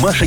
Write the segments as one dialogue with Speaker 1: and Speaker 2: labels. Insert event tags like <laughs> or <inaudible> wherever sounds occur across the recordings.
Speaker 1: Маша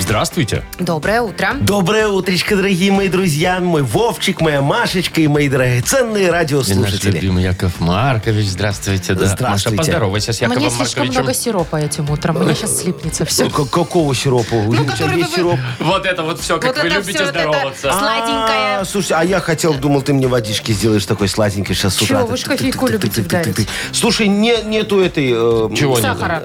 Speaker 2: Здравствуйте.
Speaker 3: Доброе утро.
Speaker 4: Доброе утречко, дорогие мои друзья, мой Вовчик, моя Машечка и мои драгоценные
Speaker 2: И Наш
Speaker 4: радиослушатели.
Speaker 2: любимый Яков Маркович. Здравствуйте. Да.
Speaker 4: Здравствуйте.
Speaker 2: Маша, поздоровайся с Яковом
Speaker 3: Мне слишком
Speaker 2: Марковичем.
Speaker 3: много сиропа этим утром. У меня сейчас слипнется все.
Speaker 4: Ну, как- Какого сиропа? У тебя
Speaker 3: Ну, который
Speaker 4: есть
Speaker 3: вы-
Speaker 4: сироп?
Speaker 2: Вот это вот все, как
Speaker 3: Вот
Speaker 2: вы
Speaker 3: это
Speaker 2: любите
Speaker 3: всё, вот это-
Speaker 2: здороваться.
Speaker 3: Сладенькое.
Speaker 4: А, слушай, а я хотел, думал, ты мне водички сделаешь такой сладенькой сейчас с
Speaker 3: Чё,
Speaker 4: утра.
Speaker 3: вы ж кофейку
Speaker 4: Ты- ты- ты-
Speaker 3: любите
Speaker 4: ты- ты- ты-
Speaker 3: вдарить.
Speaker 4: Слушай, не- нету этой э,
Speaker 2: Чего не
Speaker 3: Сахара.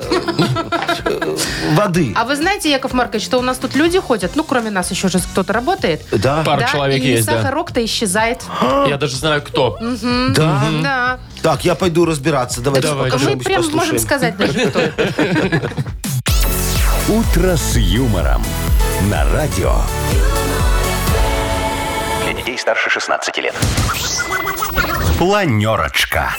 Speaker 4: воды.
Speaker 3: А вы знаете, Яков Маркович, что у нас тут люди ходят, ну, кроме нас еще же кто-то работает.
Speaker 4: Да?
Speaker 2: Пару человек
Speaker 3: и
Speaker 2: есть, да.
Speaker 3: сахарок-то исчезает.
Speaker 2: Я даже знаю, кто.
Speaker 4: Да?
Speaker 3: Да.
Speaker 4: Так, я пойду разбираться. Давайте
Speaker 2: Давай.
Speaker 4: пока
Speaker 3: Мы
Speaker 4: что-нибудь
Speaker 3: прям можем
Speaker 4: послушаем.
Speaker 3: сказать даже, кто это.
Speaker 1: «Утро с юмором» на радио. Для детей старше 16 лет. Планерочка.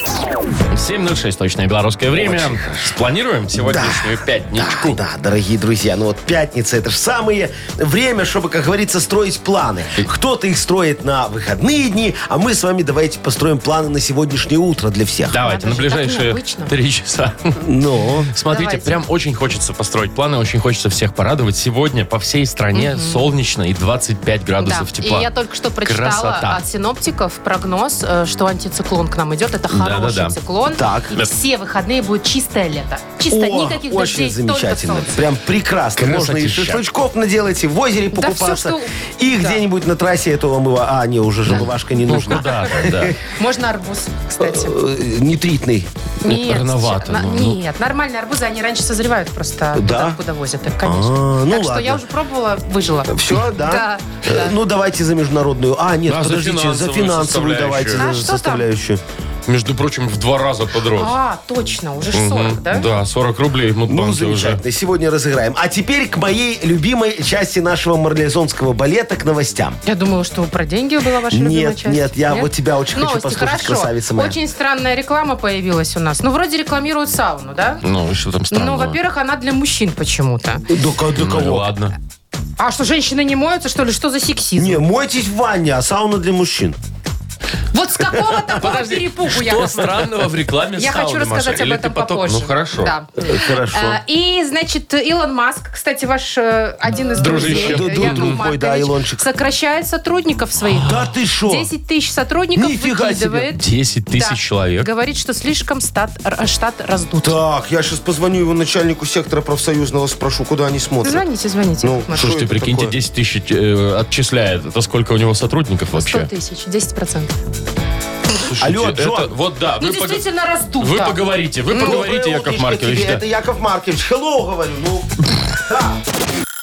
Speaker 2: 7.06, точное белорусское время. Спланируем сегодняшнюю пятничку.
Speaker 4: Да, дорогие друзья, ну вот пятница, это же самое время, чтобы, как говорится, строить планы. Кто-то их строит на выходные дни, а мы с вами давайте построим планы на сегодняшнее утро для всех.
Speaker 2: Давайте,
Speaker 3: Надо
Speaker 2: на
Speaker 3: же, так
Speaker 2: ближайшие
Speaker 3: необычно.
Speaker 2: три часа.
Speaker 4: Ну,
Speaker 2: Смотрите,
Speaker 3: Давайте.
Speaker 2: прям очень хочется построить планы, очень хочется всех порадовать. Сегодня по всей стране солнечно и 25
Speaker 3: Да.
Speaker 2: градусов тепла.
Speaker 3: И я только что прочитала
Speaker 2: Красота.
Speaker 3: от синоптиков прогноз, э, что антициклон к нам идет. Это хороший
Speaker 2: Да-да-да.
Speaker 3: циклон.
Speaker 4: Так.
Speaker 3: И
Speaker 2: Да.
Speaker 3: все выходные будет чистое лето. Чисто,
Speaker 4: о,
Speaker 3: никаких
Speaker 4: очень
Speaker 3: дождей, только
Speaker 4: замечательно.
Speaker 3: солнце.
Speaker 4: Прям прекрасно. Можно и
Speaker 2: Красотища.
Speaker 4: шашлычков наделать, и в озере
Speaker 3: Да
Speaker 4: покупаться.
Speaker 3: всё, что-
Speaker 4: И
Speaker 3: да.
Speaker 4: где-нибудь на трассе этого мыва... А, не, уже же мывашка не
Speaker 2: Ну
Speaker 4: нужна.
Speaker 2: куда там,
Speaker 3: <laughs>
Speaker 2: да.
Speaker 3: Можно арбуз, кстати.
Speaker 4: Э, Нитритный.
Speaker 3: Нет,
Speaker 2: рановато,
Speaker 3: сейчас. На-
Speaker 2: ну, ну.
Speaker 3: Нет, нормальные арбузы, они раньше созревают просто.
Speaker 4: Да?
Speaker 3: Вот Откуда возят их, конечно.
Speaker 4: А, ну
Speaker 3: так что
Speaker 4: ладно.
Speaker 3: я уже пробовала, выжила.
Speaker 4: Все, да?
Speaker 3: Да,
Speaker 4: Э,
Speaker 3: да.
Speaker 4: Ну, давайте за международную. А, нет,
Speaker 2: А, за
Speaker 4: подождите, за
Speaker 2: финансовую
Speaker 4: финансовую давайте
Speaker 2: составляющую.
Speaker 3: А
Speaker 4: за
Speaker 3: что там?
Speaker 4: составляющую.
Speaker 2: Между прочим, в два раза подрос.
Speaker 3: А, точно, уже ж 40, да?
Speaker 2: Да, 40 рублей в
Speaker 4: Ну,
Speaker 2: Мудбанке уже.
Speaker 4: замечательно. Сегодня разыграем. А теперь к моей любимой части нашего марлезонского балета, к новостям.
Speaker 3: Я думала, что про деньги была ваша любимая
Speaker 4: Нет,
Speaker 3: часть.
Speaker 4: нет, я вот тебя очень хочу
Speaker 3: Новости,
Speaker 4: послушать,
Speaker 3: хорошо.
Speaker 4: красавица моя.
Speaker 3: Очень странная реклама появилась у нас. Ну, вроде рекламируют сауну, да?
Speaker 2: Ну, и что там
Speaker 3: Ну,
Speaker 2: странного?
Speaker 3: во-первых, она для мужчин почему-то.
Speaker 4: Да ка- для
Speaker 2: Ну и
Speaker 4: кого?
Speaker 2: ладно.
Speaker 3: А что, женщины не моются, что ли? Что за сексизм?
Speaker 4: Не, мойтесь в ванне, а сауна для мужчин.
Speaker 3: Вот с какого такого перепугу я...
Speaker 2: Что странного в рекламе
Speaker 3: Я
Speaker 2: сауны,
Speaker 3: хочу рассказать
Speaker 2: Маша?
Speaker 3: об
Speaker 2: Или
Speaker 3: этом
Speaker 2: ты потом-
Speaker 3: попозже.
Speaker 2: Ну, хорошо.
Speaker 3: Да.
Speaker 4: Э, Хорошо.
Speaker 3: А, И, значит, Илон Маск, кстати, ваш э, один из
Speaker 2: Дружище.
Speaker 3: друзей,
Speaker 4: Ду- ду-
Speaker 3: Яков
Speaker 4: друг мой, да,
Speaker 3: Маркович,
Speaker 4: Илончик.
Speaker 3: сокращает сотрудников своих.
Speaker 4: Да ты шо?
Speaker 3: 10 тысяч сотрудников
Speaker 4: Нифига себе.
Speaker 3: выкидывает.
Speaker 2: 10 тысяч
Speaker 3: Да.
Speaker 2: человек.
Speaker 3: Говорит, что слишком стат- р- штат раздут.
Speaker 4: Так, я сейчас позвоню его начальнику сектора профсоюзного, спрошу, куда они смотрят.
Speaker 3: Звоните, звоните.
Speaker 4: Ну,
Speaker 3: Яков Маркович.
Speaker 2: Слушайте,
Speaker 4: это
Speaker 2: прикиньте,
Speaker 4: такое?
Speaker 2: 10 тысяч э, отчисляет. Это сколько у него сотрудников
Speaker 3: 100
Speaker 2: вообще?
Speaker 3: тысяч, 10 процентов.
Speaker 2: Слушайте,
Speaker 4: Алло,
Speaker 2: это-
Speaker 4: Джон.
Speaker 2: Вот да,
Speaker 3: Ну,
Speaker 2: вы, пог-
Speaker 3: действительно раздут.
Speaker 2: вы
Speaker 3: да. Ну,
Speaker 2: поговорите, вы поговорите,
Speaker 4: Доброе
Speaker 2: Яков
Speaker 4: утречко
Speaker 2: Маркович.
Speaker 4: тебе,
Speaker 2: да.
Speaker 4: Это Яков Маркович. Hello, говорю. Ну, да.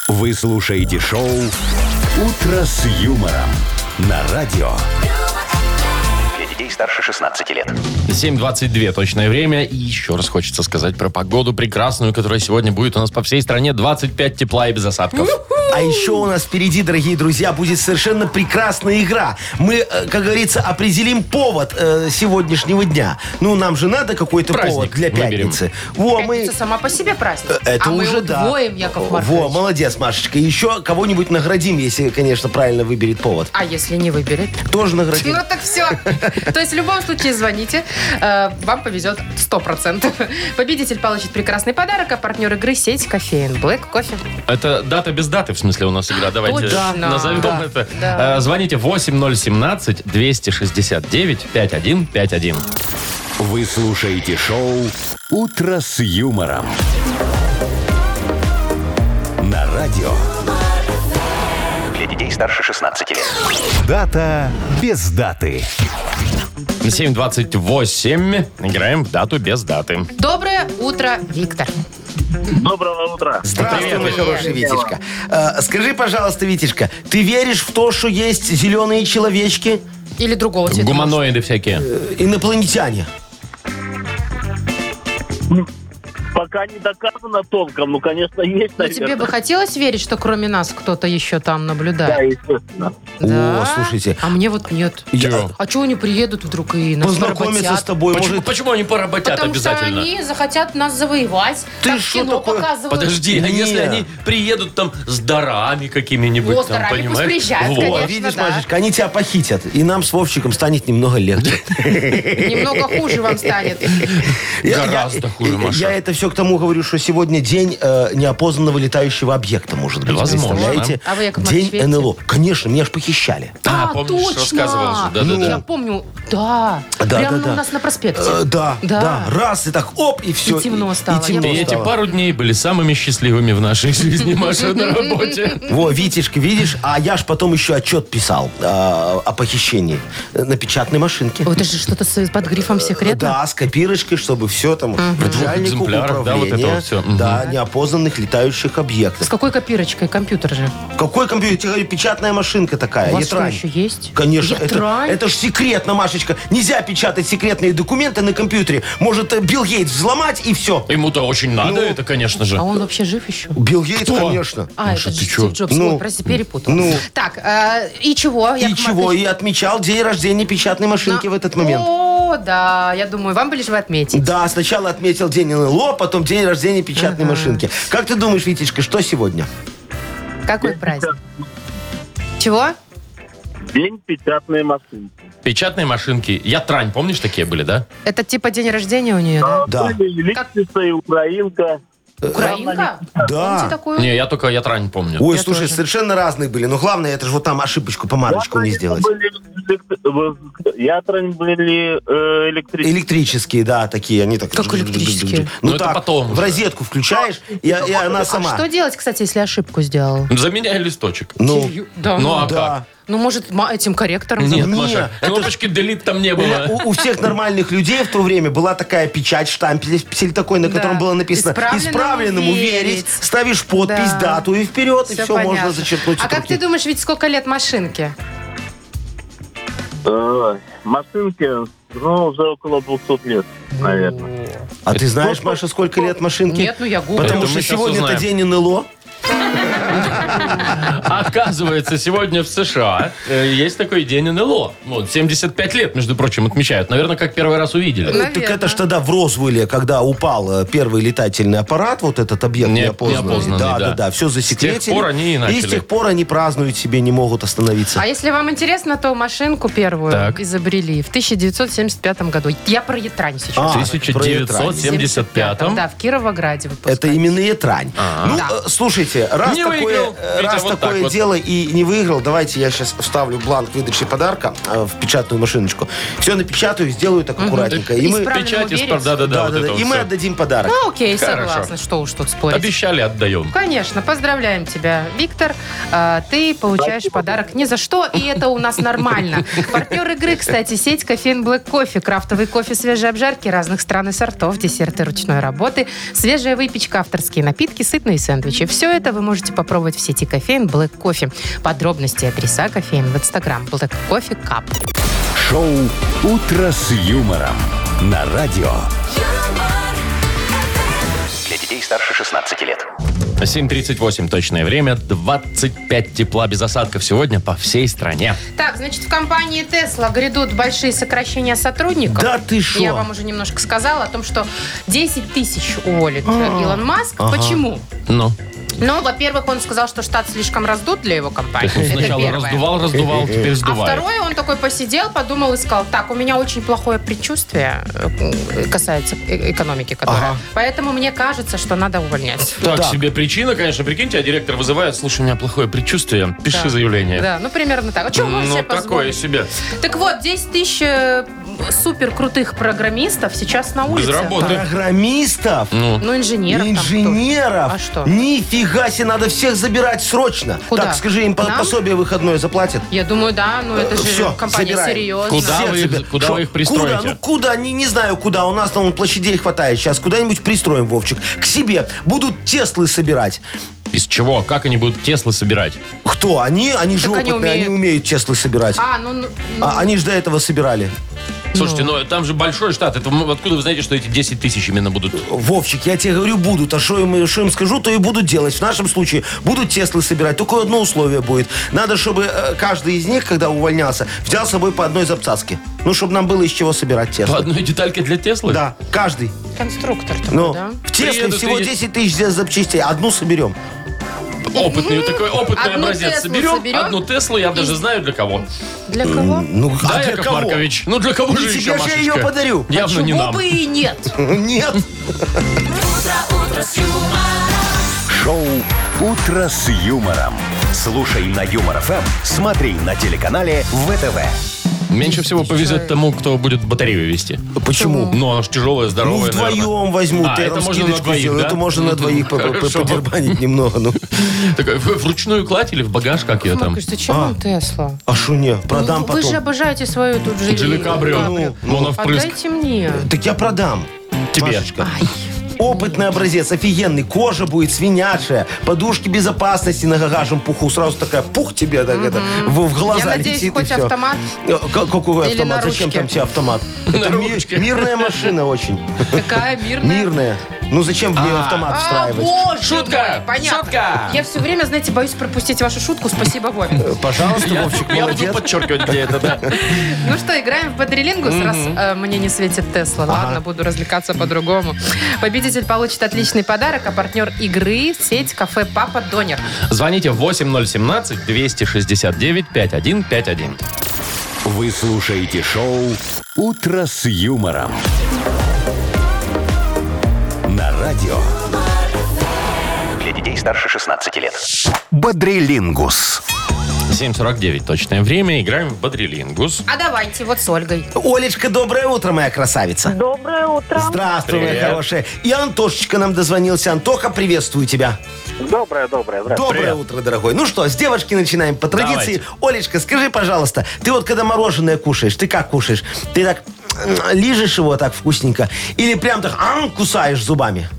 Speaker 1: Вы слушаете шоу «Утро с юмором» на радио. Для детей старше 16 лет.
Speaker 2: 7.22 точное время. И еще раз хочется сказать про погоду прекрасную, которая сегодня будет у нас по всей стране. 25 тепла и без осадков.
Speaker 4: А еще у нас впереди, дорогие друзья, будет совершенно прекрасная игра. Мы, э, как говорится, определим повод э, сегодняшнего дня. Ну, нам же надо какой-то
Speaker 2: Праздник
Speaker 4: повод для
Speaker 2: выберем.
Speaker 4: пятницы. Во, мы...
Speaker 3: Пятница сама по себе праздник.
Speaker 4: Э, Это
Speaker 3: а
Speaker 4: уже
Speaker 3: мы
Speaker 4: да.
Speaker 3: удвоим, Яков
Speaker 4: Во,
Speaker 3: Маркович.
Speaker 4: молодец, Машечка. Еще кого-нибудь наградим, если, конечно, правильно выберет повод.
Speaker 3: А если не выберет?
Speaker 4: Тоже наградим.
Speaker 3: Ну так все. То есть в любом случае звоните. Э, Вам повезет 100%. Победитель получит прекрасный подарок, а партнер игры сеть кофеин. Блэк кофе.
Speaker 2: Это дата без даты, в смысле, у нас игра. Давайте
Speaker 3: Точно.
Speaker 2: назовем
Speaker 3: Да.
Speaker 2: это.
Speaker 3: Да.
Speaker 2: Э, Звоните 8017-269-5151.
Speaker 1: Вы слушаете шоу «Утро с юмором» на радио. Для детей старше 16 лет. Дата без даты.
Speaker 2: 728. Играем в дату без даты.
Speaker 3: Доброе утро, Виктор.
Speaker 5: Доброго утра.
Speaker 4: Здравствуй,
Speaker 2: Привет,
Speaker 4: мой
Speaker 2: Витя.
Speaker 4: хороший Витечка. Э, скажи, пожалуйста, Витечка, ты веришь в то, что есть зеленые человечки,
Speaker 3: Или другого цвета.
Speaker 2: Гуманоиды всякие.
Speaker 4: э, инопланетяне?
Speaker 5: Пока не доказано толком, ну, конечно, есть,
Speaker 3: Но тебе бы
Speaker 5: наверное.
Speaker 3: хотелось верить, что кроме нас кто-то еще там
Speaker 5: Да,
Speaker 3: наблюдает?
Speaker 5: естественно.
Speaker 4: О, слушайте.
Speaker 3: А мне вот нет.
Speaker 2: Я-
Speaker 3: А чего они приедут вдруг и нас
Speaker 4: Познакомиться
Speaker 3: поработят?
Speaker 4: с тобой,
Speaker 2: Почему,
Speaker 4: может...
Speaker 2: почему они поработят
Speaker 3: Потому что
Speaker 2: обязательно?
Speaker 3: они захотят нас завоевать.
Speaker 4: Ты
Speaker 3: так в
Speaker 4: что
Speaker 3: кино
Speaker 4: такое?
Speaker 3: показывают.
Speaker 2: Подожди, а
Speaker 4: Не.
Speaker 2: если они приедут там с дарами какими-нибудь,
Speaker 3: Во, с
Speaker 2: там,
Speaker 3: дарами пусть
Speaker 2: понимаешь?
Speaker 3: приезжают, конечно.
Speaker 4: Видишь,
Speaker 3: да.
Speaker 4: Машечка, они тебя похитят, и нам с Вовчиком станет немного
Speaker 2: <laughs>
Speaker 4: легче.
Speaker 3: Немного хуже вам станет.
Speaker 4: Я-
Speaker 2: Гораздо
Speaker 4: я-
Speaker 2: хуже,
Speaker 4: я-
Speaker 2: Маша.
Speaker 4: Я это все к тому говорю, что сегодня день э, неопознанного летающего объекта, может быть.
Speaker 2: Возможно.
Speaker 4: Представляете?
Speaker 3: А вы, Яков
Speaker 4: День
Speaker 3: Маркович, верите?
Speaker 4: НЛО. Конечно, меня ж похищали.
Speaker 2: А, помнишь, рассказывал же, да-да-да.
Speaker 3: Ну, Я помню, да.
Speaker 4: Да,
Speaker 3: Прямо
Speaker 4: да, да.
Speaker 3: у нас на проспекте.
Speaker 4: Э, да,
Speaker 3: Да.
Speaker 4: да, Раз, и так, оп, и все.
Speaker 3: темно стало.
Speaker 4: И темно
Speaker 2: И эти
Speaker 4: стало.
Speaker 2: пару дней были самыми счастливыми в нашей жизни, Маша, на
Speaker 3: <laughs>
Speaker 2: работе.
Speaker 4: Во, Витечка, видишь, а я ж потом еще отчет писал э, о похищении э, на печатной машинке.
Speaker 3: Ой, это же что-то с- под грифом секретно.
Speaker 4: Э, Да, с копирочкой, чтобы все там,
Speaker 2: Двух
Speaker 4: начальнику
Speaker 2: экземплярах, да, вот это
Speaker 4: управления,
Speaker 2: вот всё. Мгм.
Speaker 4: да, неопознанных летающих
Speaker 3: С
Speaker 4: объектов.
Speaker 3: какой копирочкой? Компьютер же.
Speaker 4: Какой компьютер? Я тебе говорю, печатная машинка такая,
Speaker 3: У вас что,
Speaker 4: Э, ятрань.
Speaker 3: еще есть?
Speaker 4: Конечно, это,
Speaker 3: Ятрань?
Speaker 4: это ж секретно, Машечка. Нельзя печатать секретные документы на компьютере. Может, э, Билл Гейтс взломать и все.
Speaker 2: Ему-то очень надо
Speaker 4: Ну.
Speaker 2: это, конечно же.
Speaker 3: А он вообще жив еще?
Speaker 4: Билл Гейтс,
Speaker 2: Кто?
Speaker 4: конечно.
Speaker 3: А,
Speaker 2: Маша,
Speaker 3: это
Speaker 2: ты
Speaker 3: же
Speaker 2: чё?
Speaker 3: Стив Джобс.
Speaker 4: Ну.
Speaker 3: Ой, прости, перепутал.
Speaker 4: Ну.
Speaker 3: Так, э, и чего?
Speaker 4: И чего? И отмечал день рождения печатной машинки в этот момент.
Speaker 3: О, да, я думаю, вам бы лишь вы отметить.
Speaker 4: Да, сначала отметил день НЛО, потом день рождения печатной машинки. Как ты думаешь, Витечка, что сегодня?
Speaker 3: Какой праздник? Чего?
Speaker 5: День печатной машинки.
Speaker 2: Печатные машинки. Я трань, помнишь, такие были, да?
Speaker 3: Это типа день рождения у нее, да?
Speaker 4: Да.
Speaker 5: Были и Ликвица, и Украинка.
Speaker 3: Украинка? Помните
Speaker 4: Да.
Speaker 3: такую?
Speaker 2: Не, я только я трань помню.
Speaker 4: Ой,
Speaker 3: Я
Speaker 4: слушай,
Speaker 3: тоже.
Speaker 4: совершенно разные были. Но главное, это же вот там ошибочку, помарочку не сделать.
Speaker 5: Ятрань были э, электрические.
Speaker 4: Электрические, да, такие, они так...
Speaker 3: Как электрические?
Speaker 4: Ну
Speaker 2: Но это
Speaker 4: так,
Speaker 2: потом
Speaker 4: в
Speaker 2: уже.
Speaker 4: розетку включаешь, и, и она
Speaker 3: А
Speaker 4: сама.
Speaker 3: что делать, кстати, если ошибку сделал?
Speaker 2: Заменяй листочек.
Speaker 4: Ну,
Speaker 3: Да.
Speaker 2: Ну, а как?
Speaker 4: да.
Speaker 3: Ну, может, ма- этим корректором?
Speaker 2: Нет,
Speaker 4: Не,
Speaker 2: Маша,
Speaker 4: это-
Speaker 2: кнопочки delete там не было.
Speaker 4: У, у всех нормальных людей в то время была такая печать, штампель такой, на
Speaker 3: Да.
Speaker 4: котором было написано
Speaker 3: Исправленному
Speaker 4: «Исправленному верить».
Speaker 3: верить.
Speaker 4: Ставишь подпись,
Speaker 3: Да.
Speaker 4: дату и вперед, и все
Speaker 3: понятно.
Speaker 4: можно зачеркнуть.
Speaker 3: А
Speaker 4: от
Speaker 3: как
Speaker 4: руки.
Speaker 3: ты думаешь, ведь сколько лет машинке?
Speaker 5: Э, машинки, ну, уже около 200 лет, наверное.
Speaker 4: А ты знаешь, Маша, сколько лет машинке?
Speaker 3: Нет, ну я гуглю.
Speaker 4: Потому
Speaker 2: Это мы
Speaker 4: что
Speaker 2: щас
Speaker 4: сегодня-то
Speaker 2: узнаем.
Speaker 4: день НЛО.
Speaker 2: Оказывается, сегодня в США э, есть такой день НЛО. Вот, 75 лет, между прочим, отмечают. Наверное, как первый раз увидели.
Speaker 3: Наверно.
Speaker 4: Э, Так это ж тогда в Розвилле, когда упал э, первый летательный аппарат, вот этот объект
Speaker 2: Не-
Speaker 4: неопознанный.
Speaker 2: неопознанный,
Speaker 4: да,
Speaker 2: да.
Speaker 4: да, да, все засекретили.
Speaker 2: пор они и начали.
Speaker 4: с тех пор они празднуют себе, не могут остановиться.
Speaker 3: А если вам интересно, то машинку первую
Speaker 2: Так.
Speaker 3: изобрели в 1975 году. Я про Ятрань
Speaker 2: В
Speaker 3: сейчас.
Speaker 4: А,
Speaker 3: Да,
Speaker 2: 1975
Speaker 3: в Кировограде выпускали.
Speaker 4: Это именно Ятрань. Ну,
Speaker 3: Да.
Speaker 4: э, слушайте, раз
Speaker 2: А. Не
Speaker 4: такое,
Speaker 2: выиграл.
Speaker 4: э,
Speaker 2: Витя,
Speaker 4: раз
Speaker 2: вот так
Speaker 4: такое
Speaker 2: вот.
Speaker 4: дело и не выиграл, давайте я сейчас вставлю бланк выдачи подарка э, в печатную машиночку. Все напечатаю, сделаю так аккуратненько. И мы,
Speaker 3: Исправленному
Speaker 2: печать
Speaker 3: верить.
Speaker 2: исправ- да-да-да, вот
Speaker 4: да-да-да,
Speaker 2: это вот
Speaker 4: и мы
Speaker 2: всё.
Speaker 4: отдадим подарок.
Speaker 3: Ну, окей,
Speaker 2: Хорошо.
Speaker 3: согласна. Что уж тут спорить.
Speaker 2: Обещали, отдаем.
Speaker 3: Конечно, поздравляем тебя, Виктор. А, Ты получаешь подарок ни за что, и это у нас нормально. Партнер игры, кстати, сеть кофеин Black Кофе. Крафтовый кофе свежей обжарки разных стран и сортов, десерты ручной работы, свежая выпечка, авторские напитки, сытные сэндвичи. Все это вы можете попробовать в сети кофеин Black Кофе. Подробности и адреса кофеин в Инстаграм Black Кофе Кап.
Speaker 1: Шоу «Утро с юмором» на радио.
Speaker 6: Для детей старше 16 лет.
Speaker 2: 7.38 точное время, 25 тепла без осадков сегодня по всей стране.
Speaker 3: Так, значит, в компании Тесла грядут большие сокращения сотрудников.
Speaker 4: Да ты шо?
Speaker 3: Я вам уже немножко сказала о том, что 10 тысяч уволит э,
Speaker 2: А.
Speaker 3: Илон Маск. Почему?
Speaker 2: Ну,
Speaker 3: Ну, во-первых, он сказал, что штат слишком раздут для его компании.
Speaker 2: он
Speaker 3: Это
Speaker 2: сначала
Speaker 3: первое.
Speaker 2: раздувал, раздувал, теперь
Speaker 3: А
Speaker 2: сдувает.
Speaker 3: второе, он такой посидел, подумал и сказал, так, у меня очень плохое предчувствие э, касается э- экономики, которая.
Speaker 4: Ага.
Speaker 3: Поэтому мне кажется, что надо увольнять.
Speaker 2: Так
Speaker 4: Да.
Speaker 2: себе причина, конечно, прикиньте, а директор вызывает, слушай, у меня плохое предчувствие, пиши заявление.
Speaker 3: Да, ну примерно так. А что можно
Speaker 2: Ну,
Speaker 3: себе
Speaker 2: такое
Speaker 3: позволить?
Speaker 2: себе.
Speaker 3: Так вот, 10 тысяч э, супер крутых программистов сейчас на улице.
Speaker 2: работы.
Speaker 4: Программистов,
Speaker 2: Ну,
Speaker 3: Ну, инженеров. там кто?
Speaker 4: инженеров,
Speaker 3: А что?
Speaker 4: нифига себе, надо всех забирать срочно.
Speaker 3: Куда?
Speaker 4: Так, скажи, им по-
Speaker 3: Нам?
Speaker 4: пособие выходное заплатят?
Speaker 3: Я думаю, да, ну это же
Speaker 4: Э, Всё,
Speaker 3: компания
Speaker 4: забираем.
Speaker 3: серьезная.
Speaker 2: Куда?
Speaker 4: Всех
Speaker 2: вы их-
Speaker 4: забер-
Speaker 2: куда
Speaker 4: Шо,
Speaker 2: вы их пристроите?
Speaker 4: Куда? Ну куда? Не, не знаю куда. У нас там вон, площадей хватает сейчас. Куда-нибудь пристроим, Вовчик. К себе. Будут теслы собирать.
Speaker 2: из чего? Как они будут Теслы собирать?
Speaker 4: Кто? Они? Они же
Speaker 3: Так они
Speaker 4: опытные. Они умеют, теслы собирать. А,
Speaker 3: А, ну, ну,
Speaker 4: они же до этого собирали.
Speaker 2: Слушайте, ну там же большой штат. Это, м- откуда вы знаете, что эти 10 тысяч именно будут?
Speaker 4: Вовчик, я тебе говорю, будут. А что им, что им скажу, то и будут делать. В нашем случае будут Теслы собирать. Только одно условие будет. Надо, чтобы э, каждый из них, когда увольнялся, взял с собой по одной запцаске. Ну, чтобы нам было из чего собирать
Speaker 2: По
Speaker 4: Теслы.
Speaker 2: одной детальке для Теслы?
Speaker 4: Да, каждый.
Speaker 3: Конструктор такой,
Speaker 4: Ну,
Speaker 3: да?
Speaker 4: в Тесле
Speaker 2: Приедут
Speaker 4: всего
Speaker 2: и-
Speaker 4: 10 тысяч запчастей. Одну соберем.
Speaker 2: Опытный, такой опытный
Speaker 3: Одну
Speaker 2: образец.
Speaker 3: Теслу
Speaker 2: соберем,
Speaker 3: соберем.
Speaker 2: одну Теслу, я даже знаю для кого.
Speaker 3: Для кого?
Speaker 4: Ну, а
Speaker 2: да,
Speaker 4: для
Speaker 2: Яков
Speaker 4: кого?
Speaker 2: Маркович? Ну для кого
Speaker 4: Ну,
Speaker 2: же
Speaker 4: тебе
Speaker 2: еще,
Speaker 4: же я ее
Speaker 2: Машечка?
Speaker 4: подарю.
Speaker 2: Явно не
Speaker 3: Чего
Speaker 2: нам.
Speaker 3: бы и нет.
Speaker 2: <laughs>
Speaker 4: Нет.
Speaker 1: Шоу «Утро с юмором». Слушай на Юмор ФМ, смотри на телеканале ВТВ.
Speaker 2: Меньше всего повезет тому, кто будет батарею вести.
Speaker 4: Почему?
Speaker 2: Ну, она ж тяжелая,
Speaker 4: Ну,
Speaker 2: здоровая, наверное.
Speaker 4: вдвоем возьмут.
Speaker 2: А,
Speaker 4: я
Speaker 2: это
Speaker 4: вам
Speaker 2: можно на
Speaker 4: скидочку
Speaker 2: двоих,
Speaker 4: сделаю.
Speaker 2: да?
Speaker 4: Это можно на
Speaker 2: Мгм,
Speaker 4: двоих по- по-
Speaker 2: хорошо.
Speaker 4: подербанить немного. Ну.
Speaker 2: Такой, в- вручную кладь или в багаж, как ее там?
Speaker 3: Маркович, зачем вам Тесла?
Speaker 4: А что не? Продам
Speaker 3: Ну, Вы же
Speaker 4: потом.
Speaker 3: обожаете свою тут же...
Speaker 2: Джили Кабрио.
Speaker 3: Кабрио.
Speaker 2: Ну, она впрыск.
Speaker 3: Отдайте мне.
Speaker 4: Так я продам.
Speaker 2: Тебе.
Speaker 4: Машечка. Опытный образец, офигенный. Кожа будет свинячая, подушки безопасности на гагажем пуху. Сразу такая пух тебе так это в, в глаза
Speaker 3: Я надеюсь,
Speaker 4: летит, и
Speaker 3: хоть
Speaker 4: всё.
Speaker 3: автомат?
Speaker 4: Э, ка- Какой
Speaker 3: Или на
Speaker 4: автомат? Зачем
Speaker 3: ручке?
Speaker 4: там тебе
Speaker 3: <laughs>
Speaker 4: автомат? Это ми-
Speaker 2: ручке.
Speaker 4: мирная машина очень.
Speaker 3: Такая мирная.
Speaker 4: Мирная. Ну зачем в нее автомат
Speaker 3: А,
Speaker 4: встраивать?
Speaker 3: боже
Speaker 2: Шутка!
Speaker 3: мой, Понятно.
Speaker 2: Шутка!
Speaker 3: Я все время, знаете, боюсь пропустить вашу шутку. Спасибо, Вове.
Speaker 4: Э, Пожалуйста,
Speaker 2: Я,
Speaker 4: Вовчик,
Speaker 2: я буду
Speaker 4: молодец.
Speaker 2: подчеркивать, где это, да.
Speaker 3: Ну что, играем в Бодрилингус, раз э, мне не светит Тесла. Ладно, буду развлекаться по-другому. Победитель получит отличный подарок, а партнер игры – сеть кафе «Папа Донер».
Speaker 2: Звоните 8017-269-5151.
Speaker 1: Вы слушаете шоу «Утро с юмором». На радио
Speaker 6: Для детей старше 16 лет.
Speaker 1: «Бодрилингус».
Speaker 2: 7.49 точное время. Играем в Бодрилингус.
Speaker 3: А давайте вот с Ольгой.
Speaker 4: Олечка, доброе утро, моя красавица.
Speaker 7: Доброе утро.
Speaker 4: Здравствуй, моя
Speaker 2: Привет.
Speaker 4: хорошая. И Антошечка нам дозвонился. Антоха, приветствую тебя.
Speaker 5: Доброе, доброе, здравствуйте.
Speaker 4: Доброе
Speaker 2: Привет.
Speaker 4: утро, дорогой. Ну что, с девочки начинаем по традиции. Олечка, скажи, пожалуйста, ты вот когда мороженое кушаешь, ты как кушаешь? Ты так м, лижешь его так вкусненько или прям так ам, кусаешь зубами?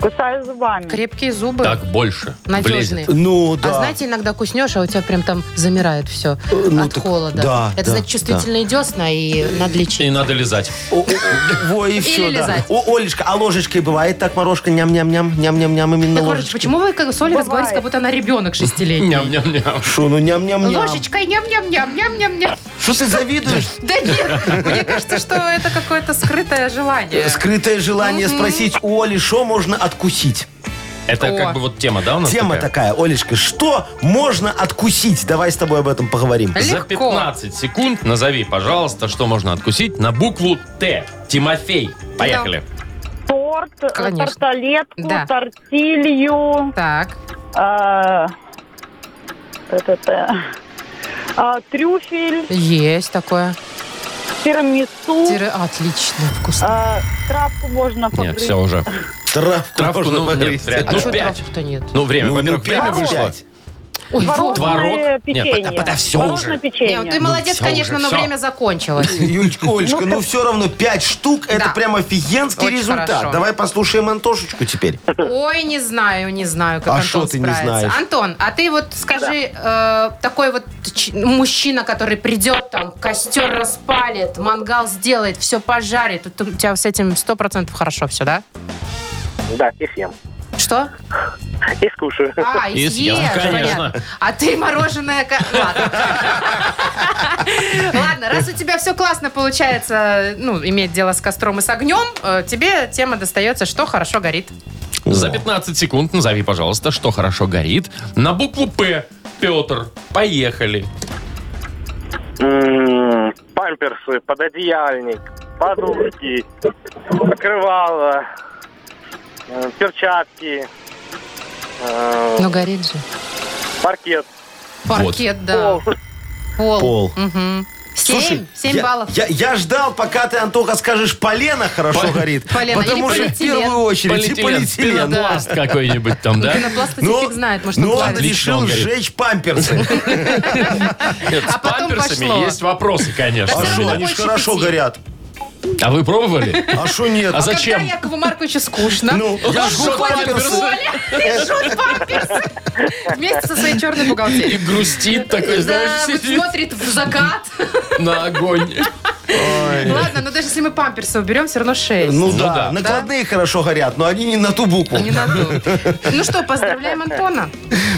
Speaker 7: Кусаю зубами.
Speaker 3: Крепкие зубы.
Speaker 2: Так больше.
Speaker 3: Надежные.
Speaker 2: Влезет.
Speaker 4: Ну да.
Speaker 3: А знаете, иногда куснешь, а у тебя прям там замирает все
Speaker 4: ну
Speaker 3: от
Speaker 4: так
Speaker 3: холода.
Speaker 4: да,
Speaker 3: Это
Speaker 4: да,
Speaker 3: значит чувствительные десна и надо лечить.
Speaker 2: И надо лизать.
Speaker 4: О, о, о, Во, и все, да.
Speaker 3: лизать.
Speaker 4: О, Олечка, а ложечкой бывает так морожка ням-ням-ням, ням-ням-ням, именно
Speaker 3: Так, Олечка,
Speaker 4: ложечкой?
Speaker 3: почему вы как с Олей
Speaker 7: Бывает.
Speaker 3: разговариваете, как будто она ребенок шестилетний?
Speaker 2: Ням-ням-ням.
Speaker 4: Шо, ну ням-ням-ням.
Speaker 3: Ложечкой ням-ням-ням, ням-ням-ням.
Speaker 4: Что ты завидуешь?
Speaker 3: Да нет, <laughs> мне кажется, что это какое-то скрытое желание.
Speaker 4: Э, Скрытое желание спросить у Оли, что можно откусить?
Speaker 2: Это
Speaker 3: О.
Speaker 2: как бы вот тема, Ну, да, у нас
Speaker 4: Тема
Speaker 2: такая?
Speaker 4: такая, Олечка, что можно откусить? Давай с тобой об этом поговорим.
Speaker 2: За
Speaker 3: Легко.
Speaker 2: 15 секунд назови, пожалуйста, что можно откусить на букву Т. Тимофей. Поехали.
Speaker 7: Торт, э,
Speaker 3: Конечно.
Speaker 7: тарталетку,
Speaker 3: Да.
Speaker 7: тортилью,
Speaker 3: Так,
Speaker 7: э, т-т-т, э, трюфель,
Speaker 3: есть такое.
Speaker 7: тирамису,
Speaker 3: Тире- Отлично,
Speaker 4: Ну,
Speaker 3: вкусно.
Speaker 7: э, травку можно
Speaker 2: Нет,
Speaker 7: погрызть.
Speaker 2: все уже.
Speaker 4: Травку,
Speaker 2: Травку,
Speaker 4: можно
Speaker 2: ну, нет,
Speaker 4: погрызть.
Speaker 2: вряд ли.
Speaker 3: А
Speaker 2: ну,
Speaker 3: что
Speaker 2: пять.
Speaker 3: травку-то нет?
Speaker 2: Ну, время,
Speaker 4: Ну,
Speaker 2: во-первых,
Speaker 4: ну,
Speaker 2: время
Speaker 4: пять.
Speaker 2: вышло.
Speaker 3: Ой, вот.
Speaker 7: Творожное
Speaker 2: Творог? Нет,
Speaker 7: печенье.
Speaker 2: да, да, всё
Speaker 7: Творожное
Speaker 2: уже.
Speaker 7: печенье.
Speaker 3: Ну, ты молодец,
Speaker 2: всё
Speaker 3: конечно,
Speaker 2: уже,
Speaker 3: но
Speaker 2: всё.
Speaker 3: время
Speaker 4: <laughs>
Speaker 3: закончилось.
Speaker 4: Юлечка, Олечка, ну все равно 5 штук
Speaker 3: Да.
Speaker 4: это прям офигенский
Speaker 3: Очень
Speaker 4: результат.
Speaker 3: хорошо.
Speaker 4: Давай послушаем Антошечку теперь.
Speaker 3: Ой, не знаю, не знаю, как
Speaker 4: А
Speaker 3: Антон
Speaker 4: шо ты не
Speaker 3: справится.
Speaker 4: знаешь?
Speaker 3: Антон, а ты вот скажи, э, такой вот ч- мужчина, который придет там, костер распалит, мангал сделает, все пожарит. Тут у тебя с этим сто процентов хорошо все, да?
Speaker 5: Да, их ем.
Speaker 3: Что?
Speaker 5: И скушаю.
Speaker 3: А, и
Speaker 2: И съел,
Speaker 3: съешь,
Speaker 2: конечно.
Speaker 3: понятно. А ты мороженое... ко- Ладно. <laughs> Ладно, раз у тебя все классно получается, ну, иметь дело с костром и с огнем, э, тебе тема достается, что хорошо горит.
Speaker 2: За 15 секунд назови, пожалуйста, что хорошо горит. На букву П. Петр. Поехали.
Speaker 5: М, Памперсы, пододеяльник, подушки, покрывало, э, перчатки, э,
Speaker 3: Ну, горит же.
Speaker 5: паркет.
Speaker 3: Паркет, да. Пол.
Speaker 4: Пол.
Speaker 3: Мгм. Семь.
Speaker 4: Слушай,
Speaker 3: Семь
Speaker 4: я,
Speaker 3: баллов.
Speaker 4: Я, я ждал, пока ты, Антоха, скажешь, полено хорошо
Speaker 2: Пол-
Speaker 4: горит.
Speaker 3: полено
Speaker 4: потому
Speaker 3: или
Speaker 4: что в
Speaker 3: полиэтилен. А
Speaker 4: первую очередь и полиэтилен.
Speaker 2: Пенопласт какой-нибудь там, да?
Speaker 3: Пенопласт
Speaker 4: Ну,
Speaker 3: фиг знает, может,
Speaker 4: ну,
Speaker 3: он
Speaker 4: он
Speaker 3: плавит.
Speaker 2: плавится.
Speaker 4: решил
Speaker 2: Отлично, он горит.
Speaker 4: сжечь памперсы.
Speaker 2: Нет,
Speaker 3: А
Speaker 2: с
Speaker 3: потом
Speaker 2: памперсами
Speaker 3: А пошло.
Speaker 2: есть вопросы,
Speaker 3: Да
Speaker 2: конечно.
Speaker 4: А
Speaker 3: всё
Speaker 4: что,
Speaker 3: равно
Speaker 4: они же
Speaker 3: больше
Speaker 4: хорошо
Speaker 3: пяти.
Speaker 4: горят.
Speaker 2: А вы пробовали?
Speaker 3: <laughs>
Speaker 4: А что нет?
Speaker 2: А зачем?
Speaker 3: Когда Якову Марковичу скучно,
Speaker 4: Ну,
Speaker 3: он
Speaker 2: я жру
Speaker 3: уходит в
Speaker 2: памперсы.
Speaker 3: поле и жжет памперсы вместе со своей черной
Speaker 2: И
Speaker 3: бухгалтерией.
Speaker 2: грустит такой,
Speaker 3: Да,
Speaker 2: знаешь,
Speaker 3: вот
Speaker 2: сидит
Speaker 3: смотрит в закат.
Speaker 2: на огонь.
Speaker 3: Ну Ладно, но даже если мы памперсы уберем, все равно 6.
Speaker 4: Ну, да,
Speaker 2: да.
Speaker 4: накладные хорошо горят, но они не на ту букву.
Speaker 3: Не надо. Ну что, поздравляем Антона.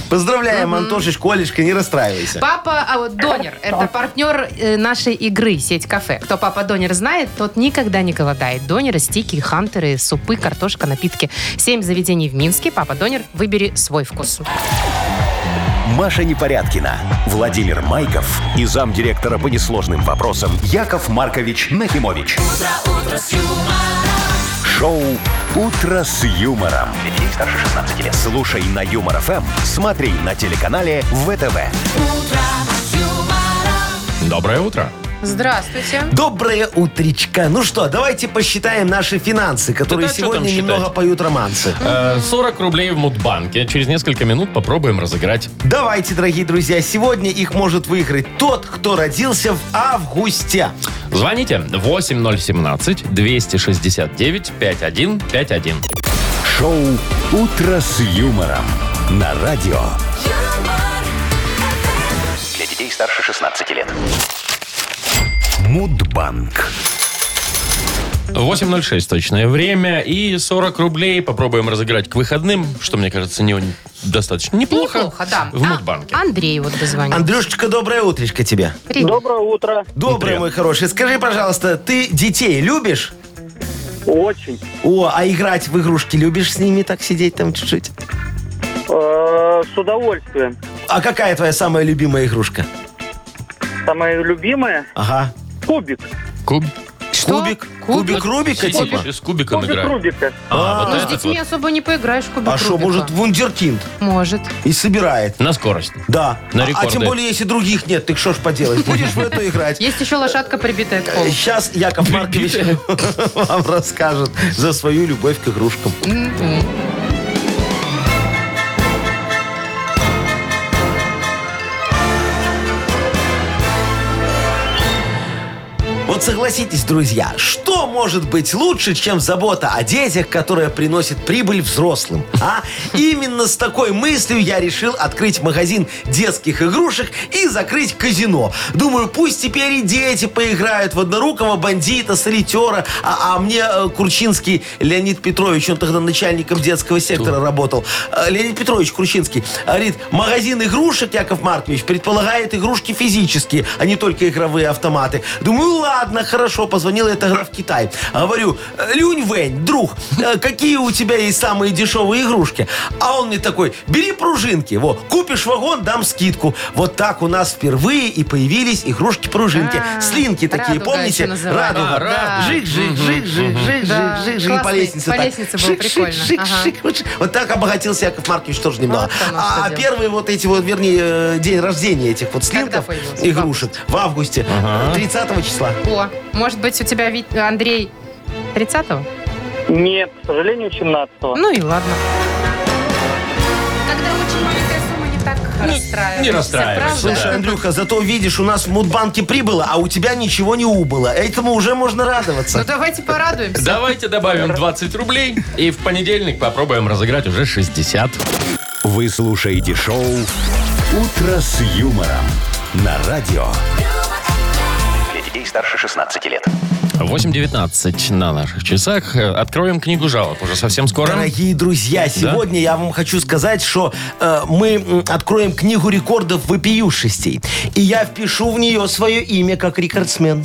Speaker 4: Поздравляем, Антошечка, Олечка, не расстраивайся.
Speaker 3: Папа а вот Донер – это партнер э, нашей игры «Сеть кафе». Кто папа Донер знает, тот никогда не голодает. Донеры, стики, хантеры, супы, картошка, напитки. Семь заведений в Минске. Папа Донер, выбери свой вкус.
Speaker 1: Маша Непорядкина, Владимир Майков и замдиректора по несложным вопросам Яков Маркович Нахимович. Шоу Утро с юмором. Для детей старше 16 лет. Слушай на юмор ФМ, смотри на телеканале ВТВ.
Speaker 2: Доброе утро.
Speaker 3: Здравствуйте.
Speaker 4: Доброе утречко. Ну что, давайте посчитаем наши финансы, которые
Speaker 2: Да, что там
Speaker 4: сегодня
Speaker 2: считать?
Speaker 4: немного поют романсы.
Speaker 2: Э, 40 рублей в Мудбанке. Через несколько минут попробуем разыграть.
Speaker 4: Давайте, дорогие друзья, сегодня их может выиграть тот, кто родился в августе.
Speaker 2: Звоните 8017-269-5151.
Speaker 1: Шоу Утро с юмором на радио.
Speaker 6: Для детей старше 16 лет.
Speaker 1: Мудбанк.
Speaker 2: 8.06 точное время и 40 рублей. Попробуем разыграть к выходным, что, мне кажется, не, достаточно неплохо.
Speaker 3: Неплохо, да.
Speaker 2: В
Speaker 3: А,
Speaker 2: Мудбанке.
Speaker 3: Андрей вот дозвонил.
Speaker 4: Андрюшечка, доброе утречко тебе.
Speaker 3: Привет.
Speaker 5: Доброе утро.
Speaker 4: Доброе,
Speaker 2: Привет.
Speaker 4: мой хороший. Скажи, пожалуйста, ты детей любишь?
Speaker 5: Очень.
Speaker 4: О, а играть в игрушки любишь с ними так сидеть там чуть-чуть?
Speaker 5: Э, С удовольствием.
Speaker 4: А какая твоя самая любимая игрушка?
Speaker 5: Самое любимое
Speaker 4: Ага.
Speaker 5: кубик.
Speaker 2: Куб...
Speaker 3: А Что?
Speaker 4: Кубик?
Speaker 3: Кубик?
Speaker 4: Кубик Рубика,
Speaker 2: Сидишь
Speaker 4: типа?
Speaker 2: и с кубиком
Speaker 5: Кубик
Speaker 2: играю.
Speaker 5: Рубика.
Speaker 2: А, вот
Speaker 3: Ну, с
Speaker 2: этот
Speaker 3: детьми
Speaker 2: вот.
Speaker 3: особо не поиграешь в кубик
Speaker 4: А что,
Speaker 3: Рубика.
Speaker 4: может, вундеркинд?
Speaker 3: Может.
Speaker 4: И собирает.
Speaker 2: На скорость.
Speaker 4: Да.
Speaker 2: На
Speaker 4: А- а,
Speaker 2: рекорды.
Speaker 4: тем более, если других нет, ты что ж поделать? Будешь в эту играть?
Speaker 3: Есть еще лошадка, прибитая к полу.
Speaker 4: Сейчас Яков Маркович вам расскажет за свою любовь к игрушкам. Вот согласитесь, друзья, что может быть лучше, чем забота о детях, которая приносит прибыль взрослым? А именно с такой мыслью я решил открыть магазин детских игрушек и закрыть казино. Думаю, пусть теперь и дети поиграют в однорукого бандита, солитера, а, а мне э, Курчинский Леонид Петрович, он тогда начальником детского сектора работал, э, Леонид Петрович Курчинский, говорит, магазин игрушек, Яков Маркович, предполагает игрушки физические, а не только игровые автоматы. Думаю, ладно, хорошо, позвонил я тогда в Китай. Говорю, «Э, Люнь Вэнь, друг, э, какие у тебя есть самые дешевые игрушки? А он мне такой, бери пружинки, во, купишь вагон, дам скидку. Вот так у нас впервые и появились игрушки-пружинки.
Speaker 3: А,
Speaker 4: Слинки такие,
Speaker 3: радуга
Speaker 4: помните?
Speaker 3: еще называют.
Speaker 4: Радуга.
Speaker 3: А, радуга.
Speaker 4: Жик-жик, жик-жик, жик-жик,
Speaker 3: Да,
Speaker 4: жик-жик. И по
Speaker 3: классный,
Speaker 4: лестнице
Speaker 3: по
Speaker 4: так.
Speaker 3: лестнице было
Speaker 4: Шик-шик,
Speaker 3: прикольно. Ага.
Speaker 4: шик-шик, Короче, Вот так обогатился Яков Маркович тоже немного.
Speaker 3: Вот оно что
Speaker 4: а
Speaker 3: дело.
Speaker 4: первые вот эти вот, вернее, э, день рождения этих вот слинков,
Speaker 3: появился?
Speaker 4: игрушек, в августе, 30 числа.
Speaker 3: О, может быть, у тебя, Вит- Андрей, 30-го?
Speaker 5: Нет, к сожалению, 17-го.
Speaker 3: Ну и ладно. Когда очень маленькая сумма, не так расстраиваешься.
Speaker 2: не расстраиваешься,
Speaker 3: правда?
Speaker 2: да.
Speaker 4: Слушай, Андрюха, зато видишь, у нас в Мудбанке прибыло, а у тебя ничего не убыло. Этому уже можно
Speaker 3: Ну
Speaker 4: радоваться.
Speaker 3: давайте порадуемся.
Speaker 2: Давайте добавим 20 рублей и в понедельник попробуем разыграть уже 60.
Speaker 1: Вы слушаете шоу Утро с юмором на радио.
Speaker 6: Для детей старше 16 лет.
Speaker 2: 8.19 на наших часах. Э, Откроем книгу жалоб уже совсем скоро.
Speaker 4: Дорогие друзья, сегодня я вам хочу сказать, что э, мы м, откроем книгу рекордов вопиюшестей. И я впишу в нее свое имя как рекордсмен.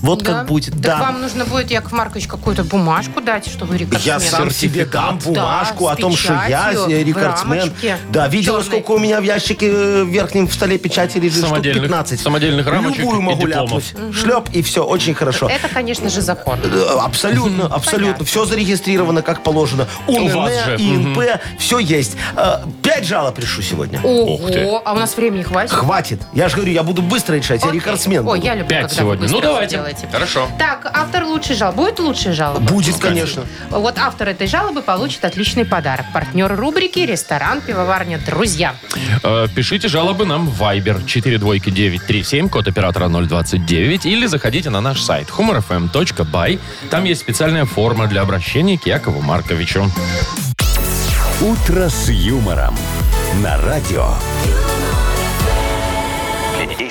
Speaker 4: Вот
Speaker 3: Да?
Speaker 4: как будет.
Speaker 3: Так
Speaker 4: да.
Speaker 3: вам нужно будет, Яков Маркович, какую-то бумажку дать, что вы
Speaker 4: Я
Speaker 3: рекордсмен.
Speaker 4: сам себе дам бумажку
Speaker 3: Да,
Speaker 4: о том,
Speaker 3: с
Speaker 4: что я
Speaker 3: печатью,
Speaker 4: э,
Speaker 3: в
Speaker 4: рекордсмен.
Speaker 3: рамочке
Speaker 4: Да, видела,
Speaker 3: черной.
Speaker 4: сколько у меня в ящике э, в верхнем в столе печати лежит штук
Speaker 2: Самодельных-
Speaker 4: 15.
Speaker 2: самодельных рамочек
Speaker 4: Любую
Speaker 2: и
Speaker 4: могу
Speaker 2: дипломов.
Speaker 4: ляпнуть. Шлеп, и все, очень хорошо.
Speaker 3: Это, конечно же, закон.
Speaker 4: Э, Абсолютно, абсолютно.
Speaker 3: Понятно.
Speaker 4: Все зарегистрировано, как положено.
Speaker 2: вас
Speaker 4: УНН,
Speaker 2: же.
Speaker 4: ИНП, все есть. Э, Пять жалоб решу сегодня.
Speaker 2: Ух ты.
Speaker 3: Ого, а у нас времени хватит?
Speaker 4: Хватит. Я же говорю, я буду быстро решать, я
Speaker 3: Окей.
Speaker 4: рекордсмен.
Speaker 3: Ой,
Speaker 4: буду.
Speaker 3: я люблю,
Speaker 2: Пять
Speaker 3: когда
Speaker 2: сегодня.
Speaker 3: вы быстро
Speaker 2: Ну,
Speaker 3: всё
Speaker 2: давайте.
Speaker 3: делаете. сделайте.
Speaker 2: Хорошо.
Speaker 3: Так, автор лучшей жалобы. Будет лучшая жалоба?
Speaker 4: Будет, конечно.
Speaker 3: Вот автор этой жалобы получит отличный подарок. Партнер рубрики «Ресторан, пивоварня, друзья».
Speaker 2: Э, Пишите жалобы нам в Viber 42937, код оператора 029, или заходите на наш сайт humorfm.by. Там есть специальная форма для обращения к Якову Марковичу.
Speaker 1: «Утро с юмором» на радио.
Speaker 6: Для детей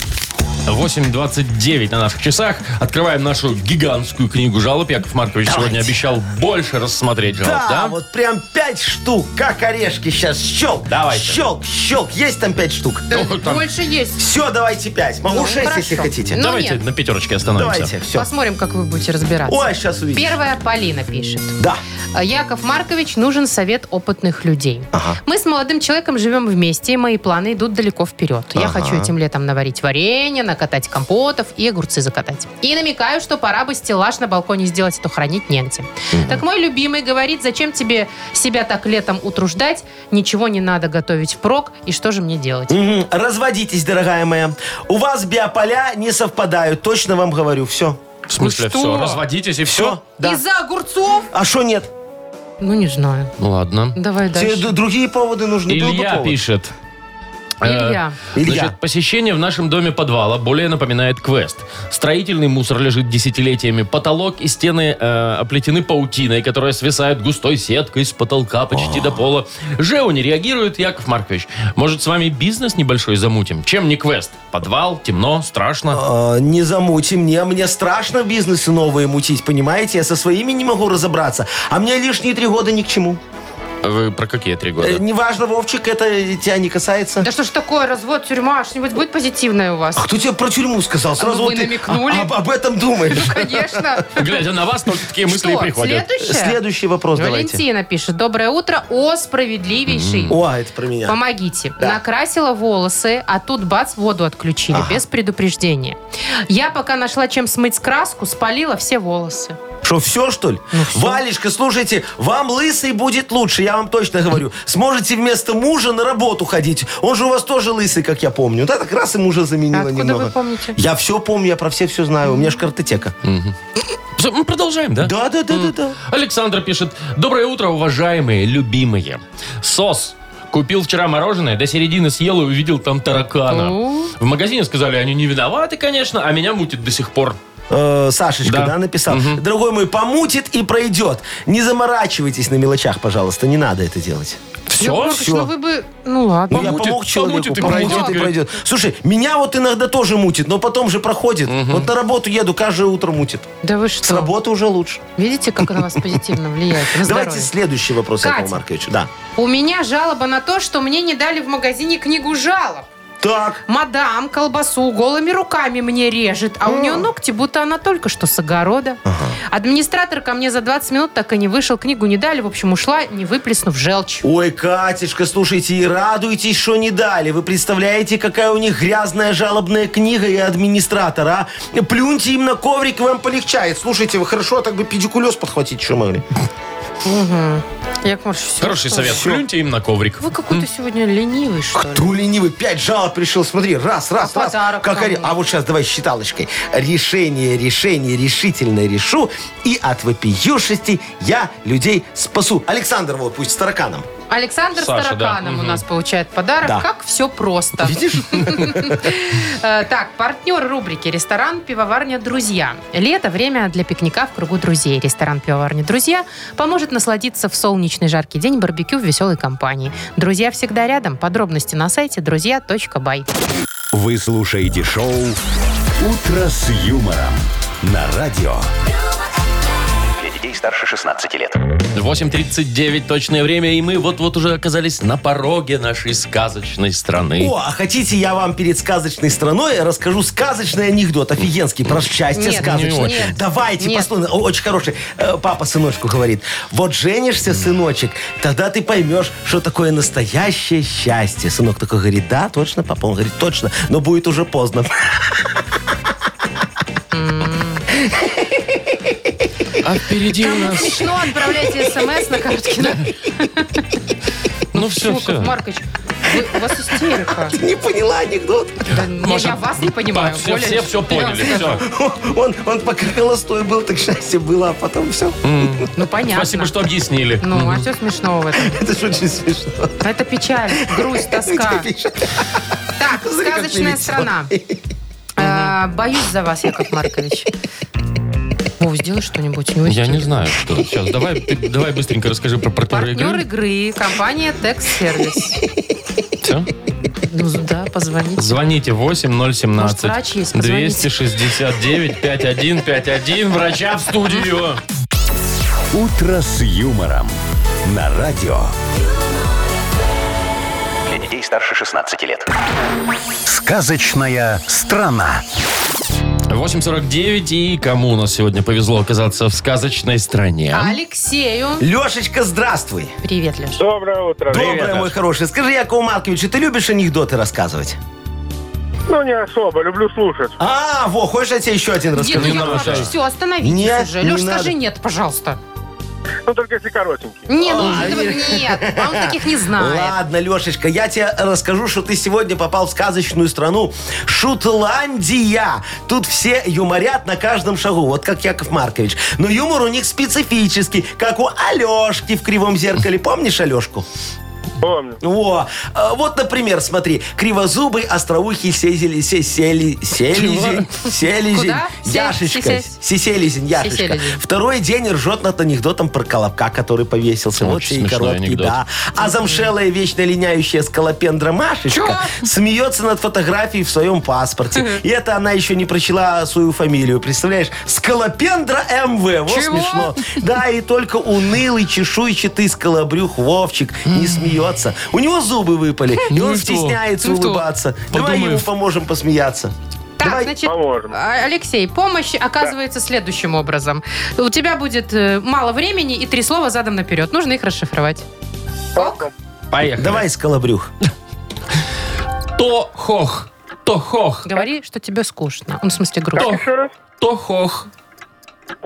Speaker 2: 8.29 на наших часах. Открываем нашу гигантскую книгу жалоб. Яков Маркович сегодня обещал больше рассмотреть жалоб,
Speaker 4: Да,
Speaker 2: да?
Speaker 4: вот прям пять штук, как орешки сейчас. Щелк,
Speaker 2: Давайте.
Speaker 4: щелк, щелк. Есть там пять штук?
Speaker 2: Ну, там-
Speaker 3: Больше есть.
Speaker 4: Все, давайте пять. Могу
Speaker 3: Ну,
Speaker 4: шесть,
Speaker 3: хорошо.
Speaker 4: если хотите.
Speaker 3: Ну,
Speaker 2: Давайте
Speaker 3: нет.
Speaker 2: на пятерочке остановимся.
Speaker 4: давайте, все.
Speaker 3: Посмотрим, как вы будете разбираться.
Speaker 4: Ой, сейчас увидим.
Speaker 3: Первая Полина пишет.
Speaker 4: Да.
Speaker 3: Яков Маркович, нужен совет опытных людей.
Speaker 4: Ага.
Speaker 3: Мы с молодым человеком живем вместе, и мои планы идут далеко вперед. Я
Speaker 4: Ага.
Speaker 3: хочу этим летом наварить варенье, накатать компотов и огурцы закатать. И намекаю, что пора бы стеллаж на балконе сделать, а то хранить негде. Так мой любимый говорит, зачем тебе себя так летом утруждать, ничего не надо готовить впрок, и что же мне делать?
Speaker 4: Мгм. Разводитесь, дорогая моя. У вас биополя не совпадают, точно вам говорю. Все.
Speaker 2: В смысле,
Speaker 3: Ну что?
Speaker 2: все, разводитесь и все?
Speaker 4: Все? Да.
Speaker 3: Из-за огурцов?
Speaker 4: А что нет?
Speaker 3: Ну, не знаю.
Speaker 2: Ладно.
Speaker 3: Давай
Speaker 4: Тебе
Speaker 3: дальше.
Speaker 4: д- другие поводы нужны. был Ну, бы
Speaker 2: Илья
Speaker 4: повод.
Speaker 2: пишет.
Speaker 3: Илья.
Speaker 2: Э,
Speaker 4: Илья.
Speaker 2: Значит, посещение в нашем доме подвала более напоминает квест. Строительный мусор лежит десятилетиями, потолок и стены э, оплетены паутиной, которая свисает густой сеткой с потолка почти до пола. Жеу не реагирует, Яков Маркович. Может, с вами бизнес небольшой замутим? Чем не квест? Подвал, темно, страшно.
Speaker 4: А, Не замути мне, мне страшно в бизнесе новые мутить, понимаете? Я со своими не могу разобраться, а мне лишние три года ни к чему.
Speaker 2: Вы про какие три года?
Speaker 4: Э, Неважно, Вовчик, это тебя не касается.
Speaker 3: Да что ж такое, развод, тюрьма, что-нибудь будет позитивное у вас?
Speaker 4: А кто тебе про тюрьму сказал? Сразу
Speaker 3: ну
Speaker 4: вот
Speaker 3: вы
Speaker 4: ты
Speaker 3: намекнули.
Speaker 4: а- об, об этом думаешь.
Speaker 3: Конечно.
Speaker 2: Глядя на вас, только такие мысли и
Speaker 3: Что,
Speaker 2: приходят.
Speaker 3: следующее?
Speaker 4: Следующий вопрос давайте.
Speaker 3: Валентина пишет. Доброе утро. О, справедливейший.
Speaker 4: О, это про меня.
Speaker 3: Помогите.
Speaker 4: Да.
Speaker 3: Накрасила волосы, а тут бац, воду отключили без предупреждения. Я пока нашла чем смыть краску, спалила все волосы.
Speaker 4: Что, все, что ли?
Speaker 2: Ну,
Speaker 4: Валечка, слушайте, вам лысый будет лучше, я вам точно говорю. Сможете вместо мужа на работу ходить. Он же у вас тоже лысый, как я помню. Да, так раз и мужа заменила
Speaker 3: Откуда
Speaker 4: немного.
Speaker 3: вы помните?
Speaker 4: Я все помню, я про все все знаю. У меня же картотека.
Speaker 2: Всё, Мы продолжаем, да?
Speaker 4: Да, да, да, да, да.
Speaker 2: Александр пишет. Доброе утро, уважаемые, любимые. Сос. Купил вчера мороженое, до середины съел и увидел там таракана.
Speaker 3: О.
Speaker 2: В магазине сказали, они не виноваты, конечно, а меня мутит до сих пор.
Speaker 4: Э, Сашечка,
Speaker 2: Да.
Speaker 4: да, написал. Дорогой мой, помутит и пройдет. Не заморачивайтесь на мелочах, пожалуйста. Не надо это делать.
Speaker 3: Ну,
Speaker 2: Все?
Speaker 3: Маркович, ну вы бы... Ну ладно.
Speaker 4: Ну, я
Speaker 2: Помутит,
Speaker 4: помог человеку,
Speaker 2: помутит и
Speaker 4: помутит
Speaker 2: пройдет,
Speaker 4: и
Speaker 2: говорит.
Speaker 4: пройдет. Слушай, меня вот иногда тоже мутит, но потом же проходит. Вот на работу еду, каждое утро мутит.
Speaker 3: Да вы
Speaker 4: С
Speaker 3: что?
Speaker 4: работы уже лучше.
Speaker 3: Видите, как на вас позитивно влияет? На
Speaker 4: Давайте
Speaker 3: здоровье.
Speaker 4: следующий вопрос, Яков
Speaker 3: Катя.
Speaker 4: Маркович. Да.
Speaker 3: У меня жалоба на то, что мне не дали в магазине книгу жалоб.
Speaker 4: Так.
Speaker 3: Мадам колбасу голыми руками мне режет, а у нее ногти, будто она только что с огорода. Администратор ко мне за 20 минут так и не вышел, книгу не дали, в общем, ушла, не выплеснув желчь.
Speaker 4: Ой, Катюшка, слушайте, и радуйтесь, что не дали. Вы представляете, какая у них грязная жалобная книга и администратор, а? Плюньте им на коврик, и вам полегчает. Слушайте, вы хорошо а так бы педикулез подхватить, что могли.
Speaker 3: Яков Маркович, всё,
Speaker 2: Хороший
Speaker 3: что
Speaker 2: совет.
Speaker 3: ли?
Speaker 2: Плюньте им на коврик.
Speaker 3: Вы какой-то сегодня ленивый, что ли?
Speaker 4: Кто ленивый? Пять жалоб решил. Смотри, раз, раз,
Speaker 3: А
Speaker 4: раз.
Speaker 3: подарок
Speaker 4: Как
Speaker 3: кому?
Speaker 4: оре- А вот сейчас давай считалочкой. Решение, решение, решительно решу. И от вопиюшести я людей спасу. Александр, вот пусть с тараканом.
Speaker 3: Александр
Speaker 2: Саша,
Speaker 3: Староканов
Speaker 2: да,
Speaker 3: у
Speaker 2: мгм.
Speaker 3: нас получает подарок.
Speaker 4: Да.
Speaker 3: Как все просто. <laughs>
Speaker 4: Видишь?
Speaker 3: Э, Так, партнер рубрики «Ресторан, пивоварня, друзья». Лето – время для пикника в кругу друзей. Ресторан «Пивоварня, друзья» поможет насладиться в солнечный жаркий день барбекю в веселой компании. Друзья всегда рядом. Подробности на сайте друзья.бай.
Speaker 1: Вы слушаете шоу «Утро с юмором» на радио.
Speaker 6: Для детей старше 16 лет.
Speaker 2: 8.39 точное время, и мы вот-вот уже оказались на пороге нашей сказочной страны.
Speaker 4: О, а хотите, я вам перед сказочной страной расскажу сказочный анекдот, офигенский, про счастье
Speaker 3: Нет,
Speaker 4: сказочное.
Speaker 3: не очень.
Speaker 4: Давайте,
Speaker 3: Нет.
Speaker 4: послушаем. О, Очень хороший. Э, Папа сыночку говорит, вот женишься, сыночек, тогда ты поймешь, что такое настоящее счастье. Сынок такой говорит, да, точно, папа? Он говорит, точно, но будет уже поздно. <laughs>
Speaker 2: А впереди у нас...
Speaker 3: Смешно, отправляйте смс на карточки.
Speaker 2: Ну все, все.
Speaker 3: Маркович, Вы- у вас
Speaker 2: <laughs>
Speaker 3: истерика.
Speaker 4: Не поняла анекдот. <laughs>
Speaker 3: Да, не, я вас не понимаю.
Speaker 2: все,
Speaker 3: Оля,
Speaker 2: все, все
Speaker 3: вперед
Speaker 2: поняли,
Speaker 3: сказала.
Speaker 2: все.
Speaker 4: Он, он пока холостой был, так счастье было, а потом все.
Speaker 3: Ну, понятно.
Speaker 2: Спасибо, что объяснили.
Speaker 3: Ну, а все смешного в этом?
Speaker 4: Это же очень смешно.
Speaker 3: Это печаль, грусть,
Speaker 4: <laughs>
Speaker 3: тоска. Так,
Speaker 4: Смотри, как
Speaker 3: сказочная
Speaker 4: ты <laughs>
Speaker 3: страна. А, Боюсь за вас, Яков Маркович. Вов, сделай что-нибудь. Не
Speaker 2: Я
Speaker 3: уйдите.
Speaker 2: не знаю, что. Сейчас, давай, ты- давай быстренько расскажи про партнера
Speaker 3: Партнер
Speaker 2: игры.
Speaker 3: игры, компания Текс Сервис.
Speaker 2: Всё.
Speaker 3: Ну, да, позвоните.
Speaker 2: Звоните 8017
Speaker 3: Может, врач есть? Позвоните.
Speaker 2: 269 5151 врача в студию.
Speaker 1: «Утро с юмором» на радио.
Speaker 6: Для детей старше 16 лет.
Speaker 1: «Сказочная страна».
Speaker 2: 8.49 и кому у нас сегодня повезло оказаться в сказочной стране?
Speaker 3: А. Алексею.
Speaker 4: Лешечка, здравствуй.
Speaker 3: Привет, Леша.
Speaker 5: Доброе утро.
Speaker 4: Доброе, мой хороший. Скажи, Яков Маркович, ты любишь анекдоты рассказывать?
Speaker 5: Ну, не особо, люблю слушать.
Speaker 4: А, во, хочешь, я тебе еще один
Speaker 3: Нет, ну,
Speaker 4: расскажу?
Speaker 3: Яков
Speaker 2: надо.
Speaker 3: Маркович, все, остановитесь
Speaker 4: Нет,
Speaker 3: уже.
Speaker 4: не
Speaker 3: Леш,
Speaker 4: надо.
Speaker 3: скажи нет, пожалуйста.
Speaker 5: Ну, только если коротенький.
Speaker 3: Не, ну, этого нет. А он таких не знает.
Speaker 4: Ладно, Лешечка, я тебе расскажу, что ты сегодня попал в сказочную страну Шотландия. Тут все юморят на каждом шагу, вот как Яков Маркович. Но юмор у них специфический, как у Алешки в кривом зеркале. Помнишь Алешку?
Speaker 5: Помню.
Speaker 4: Во. А, Вот, например, смотри, кривозубый остроухий сезели, се- сели, селезень, селезень,
Speaker 3: Куда? Се-
Speaker 4: Яшечка,
Speaker 3: сесесь?
Speaker 4: сеселезень, Яшечка.
Speaker 3: Сеселезень.
Speaker 4: Второй день ржет над анекдотом про колобка, который повесился. Вот
Speaker 2: Очень
Speaker 4: тебе и
Speaker 2: смешной
Speaker 4: короткий,
Speaker 2: анекдот.
Speaker 4: да. А замшелая, вечно линяющая скалопендра Машечка смеется над фотографией в своем паспорте. И это она еще не прочла свою фамилию, представляешь? Скалопендра МВ. Вот
Speaker 3: Чего?
Speaker 4: смешно. Да, и только унылый чешуйчатый скалобрюх Вовчик не смеется. У него зубы выпали, и
Speaker 2: Ну и
Speaker 4: он
Speaker 2: что?
Speaker 4: стесняется
Speaker 2: Ну что?
Speaker 4: улыбаться. Давай
Speaker 2: Подумаешь.
Speaker 4: ему поможем посмеяться.
Speaker 3: Так,
Speaker 4: Давай.
Speaker 3: значит,
Speaker 5: Поможем.
Speaker 3: а, Алексей, помощь оказывается следующим образом. У тебя будет э, мало времени и три слова задом наперед. Нужно их расшифровать.
Speaker 2: Поехали.
Speaker 4: Давай, скалобрюх.
Speaker 2: То-хох. То-хох.
Speaker 3: Говори, что тебе скучно. Ну, в смысле, грустно.
Speaker 5: Еще раз.
Speaker 2: То-хох.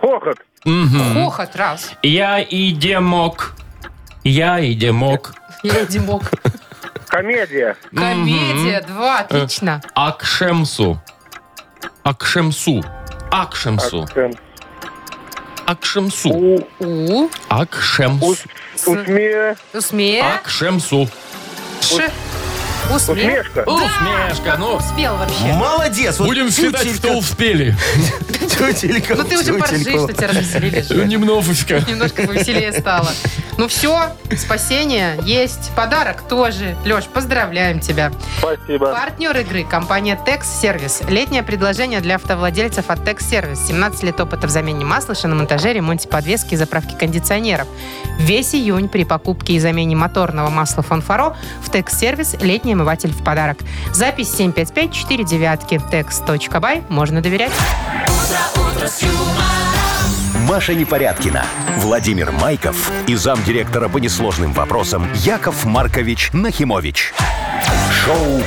Speaker 5: Хохот.
Speaker 3: Хохот, раз.
Speaker 2: Я и демок. Я и демок.
Speaker 3: Я и Димок.
Speaker 5: Комедия.
Speaker 3: Комедия, два, отлично.
Speaker 2: Акшемсу. Акшемсу. Акшемсу.
Speaker 5: Акцент.
Speaker 2: Акшемсу.
Speaker 5: У-
Speaker 3: У,
Speaker 2: Акшемсу.
Speaker 5: ус- усме-
Speaker 2: А
Speaker 3: усме,
Speaker 2: Акшемсу.
Speaker 3: ш, усме.
Speaker 5: Усмешка.
Speaker 2: Усмешка. Ну,
Speaker 3: Успел вообще.
Speaker 4: Молодец. вот
Speaker 2: будем считать,
Speaker 4: тютелька,
Speaker 2: что успели.
Speaker 4: тютелька,
Speaker 3: Ну ты уже
Speaker 4: тютелька.
Speaker 3: поржи, что тебя развеселили. же.
Speaker 2: Немножечко.
Speaker 3: Немножко повеселее стало. Ну все, спасение есть, подарок тоже. Леш, поздравляем тебя.
Speaker 5: Спасибо.
Speaker 3: Партнер игры – компания «Текс Сервис». Летнее предложение для автовладельцев от «Текс Сервис». 17 лет опыта в замене масла, шиномонтаже, ремонте подвески и заправке кондиционеров. Весь июнь при покупке и замене моторного масла «Фанфаро» в «Текс Сервис» летний омыватель в подарок. Запись 755 девятки. Текс.бай. Можно доверять.
Speaker 1: Маша Непорядкина, Владимир Майков и замдиректора по несложным вопросам Яков Маркович Нахимович. Шоу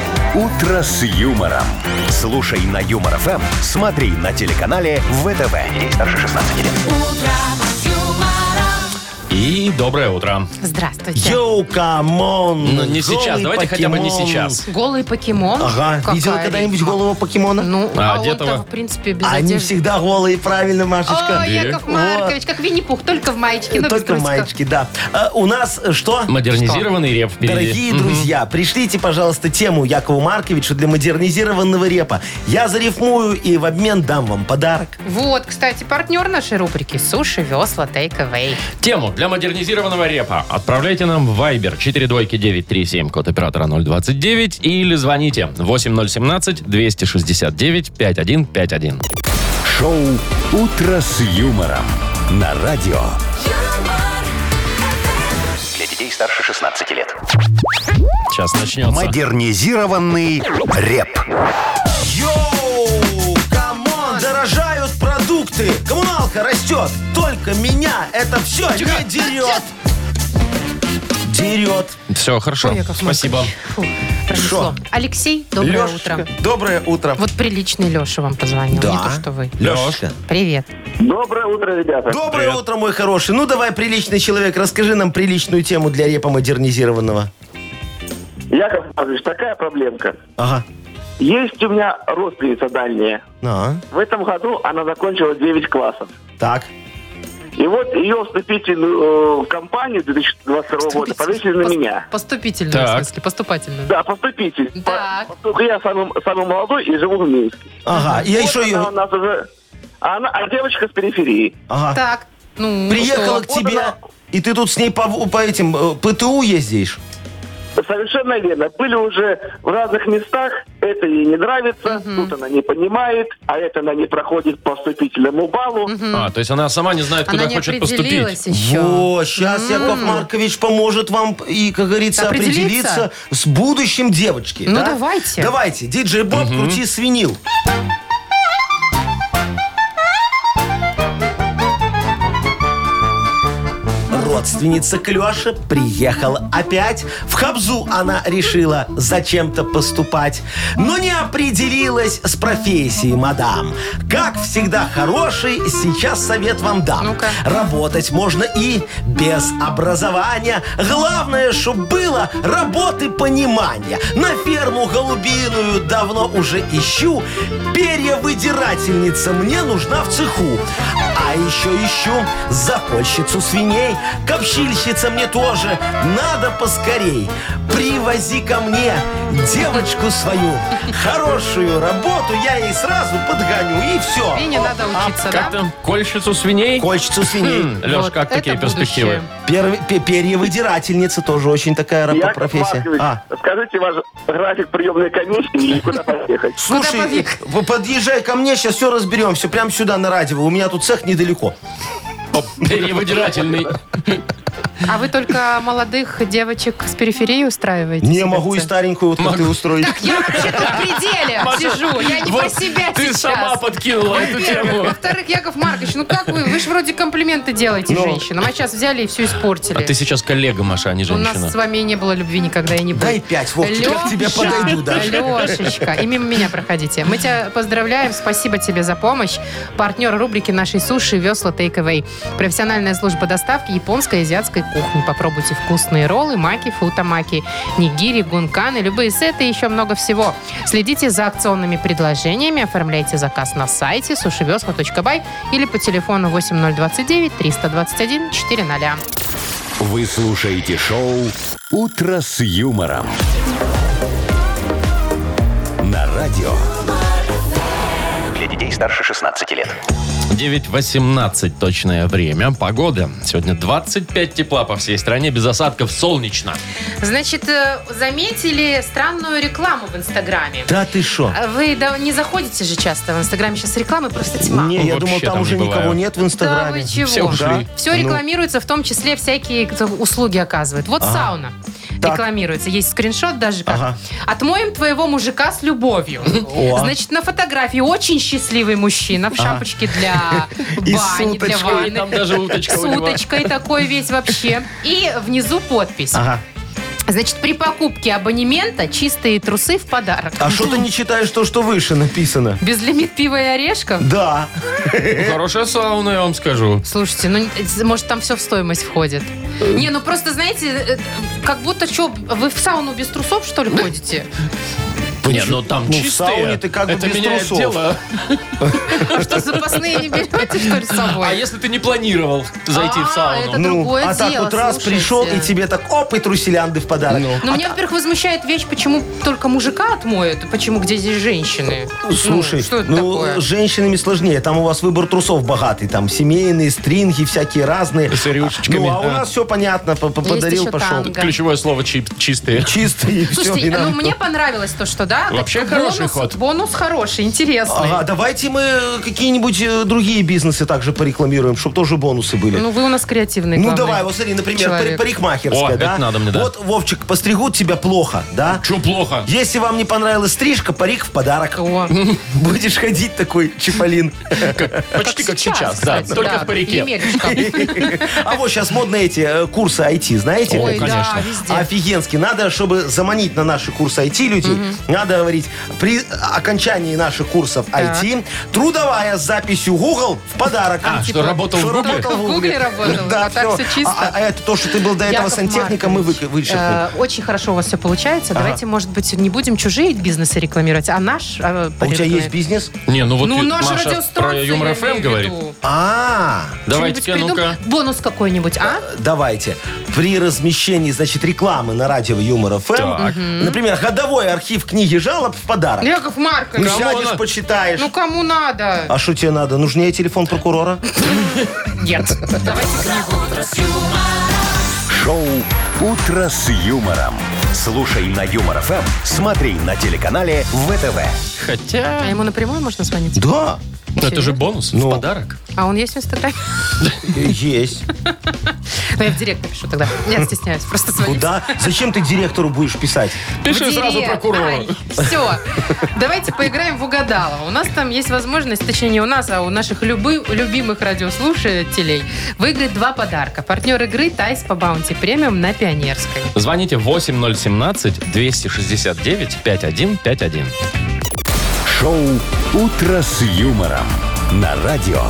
Speaker 1: «Утро с юмором». Слушай на Юмор ФМ, смотри на телеканале ВТВ. Ей старше 16 лет.
Speaker 2: И доброе утро.
Speaker 3: Здравствуйте.
Speaker 4: Йоу, камон.
Speaker 2: Ну, не
Speaker 4: голый
Speaker 2: сейчас, давайте хотя бы не
Speaker 4: покемон.
Speaker 2: сейчас.
Speaker 3: Голый покемон.
Speaker 4: Ага,
Speaker 3: Ну, Какая
Speaker 4: видела когда-нибудь
Speaker 3: рифма.
Speaker 4: голого покемона?
Speaker 3: Ну,
Speaker 2: А,
Speaker 3: а,
Speaker 2: одетого?
Speaker 3: он-то, в принципе, без
Speaker 4: Они
Speaker 3: одежды.
Speaker 4: всегда голые, правильно, Машечка.
Speaker 3: О, Яков Маркович, как Винни-Пух, только в маечке, но без
Speaker 4: Только в
Speaker 3: трусиков.
Speaker 4: маечке, да. А У нас э, что?
Speaker 2: Модернизированный реп впереди.
Speaker 4: Дорогие друзья, пришлите, пожалуйста, тему Якову Марковичу для модернизированного репа. Я зарифмую и в обмен дам вам подарок.
Speaker 3: Вот, кстати, партнер нашей рубрики «Суши, весла, тейк-эвэй».
Speaker 2: Тему для модернизированного репа отправляйте нам в Viber 42937, код оператора 029, или звоните 8017-269-5151.
Speaker 1: Шоу «Утро с юмором» на радио.
Speaker 6: Для детей старше 16 лет.
Speaker 2: Сейчас начнется.
Speaker 1: Модернизированный реп.
Speaker 4: Йоу, камон, дорожают продукты. Коммуналка растет, только меня это все не дерет. Дерет.
Speaker 2: Все, хорошо.
Speaker 3: Ой, Яков
Speaker 2: Спасибо.
Speaker 3: Фу, пронесло.
Speaker 4: Шо?
Speaker 3: Алексей, доброе
Speaker 4: Лешечка,
Speaker 3: утро.
Speaker 4: Доброе утро.
Speaker 3: Вот приличный Леша вам позвонил,
Speaker 4: Да.
Speaker 3: не то что вы.
Speaker 4: Лешечка.
Speaker 3: Привет.
Speaker 5: Доброе утро, ребята.
Speaker 4: Доброе утро, мой хороший. Ну давай, приличный человек, расскажи нам приличную тему для репа модернизированного.
Speaker 5: Яков Маркович, такая проблемка.
Speaker 4: Ага.
Speaker 5: Есть у меня родственница дальняя.
Speaker 4: На.
Speaker 5: В этом году она закончила 9 классов.
Speaker 4: А. Так.
Speaker 5: И вот ее вступительную э, кампанию 2022 года повесили на
Speaker 3: Пос-
Speaker 5: меня.
Speaker 3: Поступительную, в
Speaker 2: Так.
Speaker 3: смысле, поступательную.
Speaker 5: Да, поступитель. По-
Speaker 3: Так.
Speaker 5: Поскольку я самый, самый молодой и живу в Минске.
Speaker 4: Ага. Я
Speaker 5: Вот
Speaker 4: еще
Speaker 5: она у
Speaker 4: ее...
Speaker 5: нас уже... а она, а девочка с периферии.
Speaker 4: Ага.
Speaker 3: Так, ну,
Speaker 4: Приехала
Speaker 3: что?
Speaker 4: к тебе,
Speaker 5: она.
Speaker 4: и ты тут с ней по, по этим э, ПТУ ездишь?
Speaker 5: Совершенно верно. Были уже в разных местах. Это ей не нравится, тут она не понимает, а это она не проходит по вступительному баллу.
Speaker 2: А, то есть она сама не знает, куда
Speaker 3: Она не
Speaker 2: хочет поступить.
Speaker 3: определилась еще.
Speaker 4: Во, сейчас Яков Маркович поможет вам и, как говорится,
Speaker 3: Определиться?
Speaker 4: определиться, с будущим девочки.
Speaker 3: Ну,
Speaker 4: да?
Speaker 3: давайте.
Speaker 4: Давайте, диджей Боб, крути свинил. Родственница Клёша приехала опять. В Хабзу она решила зачем-то поступать, но не определилась с профессией, мадам. Как всегда хороший, сейчас совет вам дам.
Speaker 3: Ну-ка.
Speaker 4: Работать можно и без образования. Главное, чтобы было работы понимания. На ферму голубиную давно уже ищу. Перьевыдирательница мне нужна в цеху. А еще ищу запольщицу свиней. Копчильщица мне тоже надо поскорей. Привози ко мне девочку свою. Хорошую работу я ей сразу подгоню. И все.
Speaker 3: И не надо учиться,
Speaker 2: А Как
Speaker 3: да?
Speaker 2: там, кольщицу свиней?
Speaker 4: Кольчицу свиней.
Speaker 2: Леш,
Speaker 3: Вот,
Speaker 2: как
Speaker 3: это
Speaker 2: такие перспективы?
Speaker 3: будущее.
Speaker 4: Перв- пе- Перьевыдирательница тоже очень такая рабо-
Speaker 5: Яков
Speaker 4: профессия.
Speaker 5: Маркович,
Speaker 4: А,
Speaker 5: скажите ваш график приемной комиссии и куда поехать?
Speaker 4: слушай,
Speaker 3: побег?
Speaker 4: э, подъезжай ко мне, сейчас все разберемся. Прям сюда на радио. У меня тут цех недалеко.
Speaker 2: Оп, Перевыдирательный.
Speaker 3: А вы только молодых девочек с периферии устраиваете?
Speaker 4: Не
Speaker 3: себе
Speaker 4: могу
Speaker 3: в
Speaker 4: и
Speaker 3: цех?
Speaker 4: старенькую вот как ты устроить.
Speaker 3: Я вообще тут в пределе сижу. Я не про
Speaker 2: Вот
Speaker 3: себя
Speaker 2: Ты
Speaker 3: сейчас.
Speaker 2: сама подкинула эту
Speaker 3: Во-первых.
Speaker 2: тему.
Speaker 3: Во-вторых, Яков Маркович, ну как вы? Вы же вроде комплименты делаете
Speaker 4: Ну.
Speaker 3: женщинам, а сейчас взяли и все испортили.
Speaker 2: А ты сейчас коллега, Маша, а не
Speaker 3: У нас
Speaker 2: женщина.
Speaker 3: с вами и не было любви никогда и не будет.
Speaker 4: Дай пять, Вовчик, я к тебе
Speaker 3: Лёша,
Speaker 4: подойду даже.
Speaker 3: Лёшечка, и мимо меня проходите. Мы тебя поздравляем, спасибо тебе за помощь. Партнер рубрики нашей суши «Весла Take Away». Профессиональная служба доставки японской и азиатской кухни. Попробуйте вкусные роллы, маки, футамаки, нигири, гунканы, любые сеты и еще много всего. Следите за акционными предложениями, оформляйте заказ на сайте сушивесла.бай или по телефону 8029 321 400.
Speaker 1: Вы слушаете шоу «Утро с юмором». На радио
Speaker 6: Для детей старше 16 лет.
Speaker 2: 9.18 точное время. Погода. Сегодня 25 тепла по всей стране, без осадков, солнечно.
Speaker 3: Значит, э, заметили странную рекламу в Инстаграме.
Speaker 4: Да ты шо?
Speaker 3: А Вы да, не заходите же часто в Инстаграме, сейчас рекламы просто тьма.
Speaker 4: Не, я
Speaker 2: Вообще
Speaker 4: думал,
Speaker 2: там
Speaker 4: там уже
Speaker 2: не бываю.
Speaker 4: никого нет в
Speaker 3: да
Speaker 4: Инстаграме.
Speaker 3: вы
Speaker 4: Ну.
Speaker 3: чего?
Speaker 2: Все ушли.
Speaker 3: Все рекламируется, в том числе всякие кто услуги оказывают. Вот сауна
Speaker 4: Так.
Speaker 3: рекламируется. Есть скриншот даже как.
Speaker 4: Ага.
Speaker 3: Отмоем твоего мужика с любовью.
Speaker 4: О.
Speaker 3: Значит, на фотографии очень счастливый мужчина в шапочке для
Speaker 4: <laughs> И с
Speaker 3: бани, для
Speaker 4: уточкой.
Speaker 3: ванны.
Speaker 2: Там даже уточка
Speaker 3: С
Speaker 2: у него.
Speaker 3: уточкой такой весь вообще. И внизу подпись.
Speaker 4: Ага.
Speaker 3: Значит, при покупке абонемента чистые трусы в подарок.
Speaker 4: А что ты не читаешь то, что выше написано?
Speaker 3: Безлимит пива и орешков?
Speaker 4: Да.
Speaker 2: Ну, Хорошая сауна, я вам скажу.
Speaker 3: Слушайте, ну, э, может, там все в стоимость входит.
Speaker 2: Э.
Speaker 3: Не, ну просто, знаете, э, э, как будто что, вы в сауну без трусов, что ли, ходите?
Speaker 2: Не, ну там
Speaker 4: Ну, в
Speaker 2: чистые.
Speaker 4: сауне ты как бы
Speaker 2: Это
Speaker 4: без
Speaker 2: меняет
Speaker 4: трусов.
Speaker 2: дело.
Speaker 3: А что, запасные не берете, что ли, с
Speaker 2: А
Speaker 3: собой?
Speaker 2: если ты не планировал зайти в
Speaker 3: А,
Speaker 2: сауну?
Speaker 3: это- другое
Speaker 4: а так
Speaker 3: дело,
Speaker 4: вот раз
Speaker 3: слушайте.
Speaker 4: пришел, и тебе так, оп, и труселянды в подарок.
Speaker 3: Ну, меня, во-первых, возмущает вещь, почему только мужика отмоют, почему где здесь женщины?
Speaker 4: Слушай,
Speaker 3: ну, что это
Speaker 4: ну,
Speaker 3: такое?
Speaker 4: с женщинами сложнее. Там у вас выбор трусов богатый. Там семейные, стринги всякие разные.
Speaker 2: С рюшечками,
Speaker 4: Ну, а у
Speaker 2: а.
Speaker 4: нас все понятно. П- п-
Speaker 3: Есть
Speaker 4: Подарил,
Speaker 3: еще
Speaker 4: пошел.
Speaker 3: танго.
Speaker 2: Ключевое слово чип- чистые.
Speaker 4: Чистый и все.
Speaker 3: Слушайте, ну мне понравилось то, что, да?
Speaker 2: Вообще
Speaker 3: так,
Speaker 2: хороший
Speaker 3: бонус-
Speaker 2: ход.
Speaker 3: Бонус хороший, интересный.
Speaker 4: Ага, давайте мы э, какие-нибудь э, другие бизнесы также порекламируем, чтобы тоже бонусы были.
Speaker 3: Ну, вы у нас креативные.
Speaker 4: Ну
Speaker 3: главное.
Speaker 4: давай, вот смотри, например, пари-
Speaker 3: человек.
Speaker 4: парикмахерская,
Speaker 2: О, это
Speaker 4: да?
Speaker 2: надо мне, да.
Speaker 4: Вот, Вовчик, постригут тебя плохо, да?
Speaker 2: Че плохо?
Speaker 4: Если вам не понравилась стрижка, парик в подарок.
Speaker 3: О.
Speaker 4: Будешь ходить такой, Чиполлин.
Speaker 2: Почти как сейчас, да.
Speaker 3: кстати,
Speaker 2: Только
Speaker 3: да,
Speaker 2: в парике.
Speaker 3: Емельчиком.
Speaker 4: А вот сейчас модно эти э, курсы IT, знаете?
Speaker 2: Ой,
Speaker 3: Ой, да,
Speaker 2: конечно.
Speaker 3: везде.
Speaker 4: Офигенски. Надо, чтобы заманить на наши курсы IT людей, надо говорить, при окончании наших курсов IT трудовая с записью Google в подарок. Типа,
Speaker 2: А, что работал в
Speaker 4: Что
Speaker 2: Гугле?
Speaker 4: работал
Speaker 3: В Гугле работал,
Speaker 4: Да,
Speaker 3: а так
Speaker 4: всё.
Speaker 3: всё чисто.
Speaker 4: А, а это то, что ты был до этого
Speaker 3: Яков
Speaker 4: сантехником, мы
Speaker 3: Маркович,
Speaker 4: вы- вычеркнули.
Speaker 3: э, Очень хорошо у вас все получается. Давайте, может быть, не будем чужие бизнесы рекламировать, а наш. э,
Speaker 4: А у тебя
Speaker 3: порекламируем.
Speaker 4: есть бизнес?
Speaker 2: Не, ну вот
Speaker 3: Ну,
Speaker 2: и
Speaker 3: наш
Speaker 2: Маша про
Speaker 3: радиостанция.
Speaker 2: Юмор
Speaker 4: Эм
Speaker 2: ФМ говорит.
Speaker 4: А,
Speaker 2: Давайте-ка, ну-ка.
Speaker 3: Бонус какой-нибудь, а?
Speaker 4: давайте. При размещении, значит, рекламы на радио Юмор
Speaker 2: Так.
Speaker 4: ФМ, например, годовой архив книги жалоб в подарок.
Speaker 3: Яков
Speaker 4: Ну,
Speaker 3: Маркович,
Speaker 4: сядешь,
Speaker 2: она-
Speaker 4: почитаешь.
Speaker 3: ну кому надо?
Speaker 4: А что тебе надо? Нужнее
Speaker 3: <laughs>
Speaker 4: телефон прокурора?
Speaker 3: Нет. Давайте книгу.
Speaker 1: Шоу «Утро с юмором». Слушай на Юмор ФМ, смотри на телеканале ВТВ.
Speaker 3: А
Speaker 2: Хотя...
Speaker 3: ему напрямую можно звонить?
Speaker 4: Да,
Speaker 2: Это же бонус, в
Speaker 4: Ну.
Speaker 2: подарок.
Speaker 3: А он есть в Инстаграме? <laughs>
Speaker 4: есть.
Speaker 3: Ну, я в директ напишу тогда. Я стесняюсь, просто звоню.
Speaker 4: Куда? Зачем ты директору будешь писать?
Speaker 2: Пиши сразу прокурору.
Speaker 3: Все. Давайте поиграем в угадала. У нас там есть возможность, точнее не у нас, а у наших любы- любимых радиослушателей выиграть два подарка. Партнер игры Тайс по баунти премиум на Пионерской.
Speaker 2: Звоните 8017-269-5151.
Speaker 1: Шоу «Утро с юмором» на радио.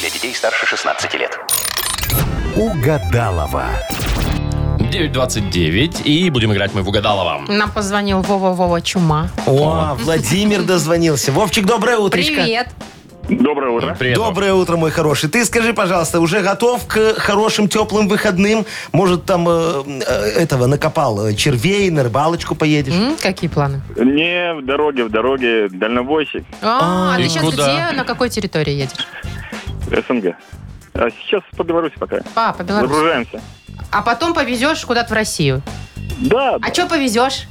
Speaker 6: Для детей старше 16 лет.
Speaker 1: Угадалова.
Speaker 2: 9.29. И будем играть мы в угадалово.
Speaker 3: Нам позвонил Вова-Вова Чума.
Speaker 4: О, Владимир дозвонился. Вовчик, доброе утречко.
Speaker 3: Привет.
Speaker 5: Доброе утро.
Speaker 2: Привет.
Speaker 4: Доброе утро, мой хороший. Ты скажи, пожалуйста, уже готов к хорошим теплым выходным? Может, там э, э, этого накопал э, червей, на рыбалочку поедешь?
Speaker 3: М, какие планы?
Speaker 5: Не в дороге, в дороге дальнобойщик
Speaker 3: А,
Speaker 4: А,
Speaker 3: ты
Speaker 2: и
Speaker 3: сейчас
Speaker 2: куда?
Speaker 3: где, на какой территории едешь?
Speaker 5: СНГ. А сейчас по Беларуси пока.
Speaker 3: А, по Беларуси.
Speaker 5: Загружаемся.
Speaker 3: А потом повезешь куда-то в Россию.
Speaker 5: Да,
Speaker 3: А что повезешь?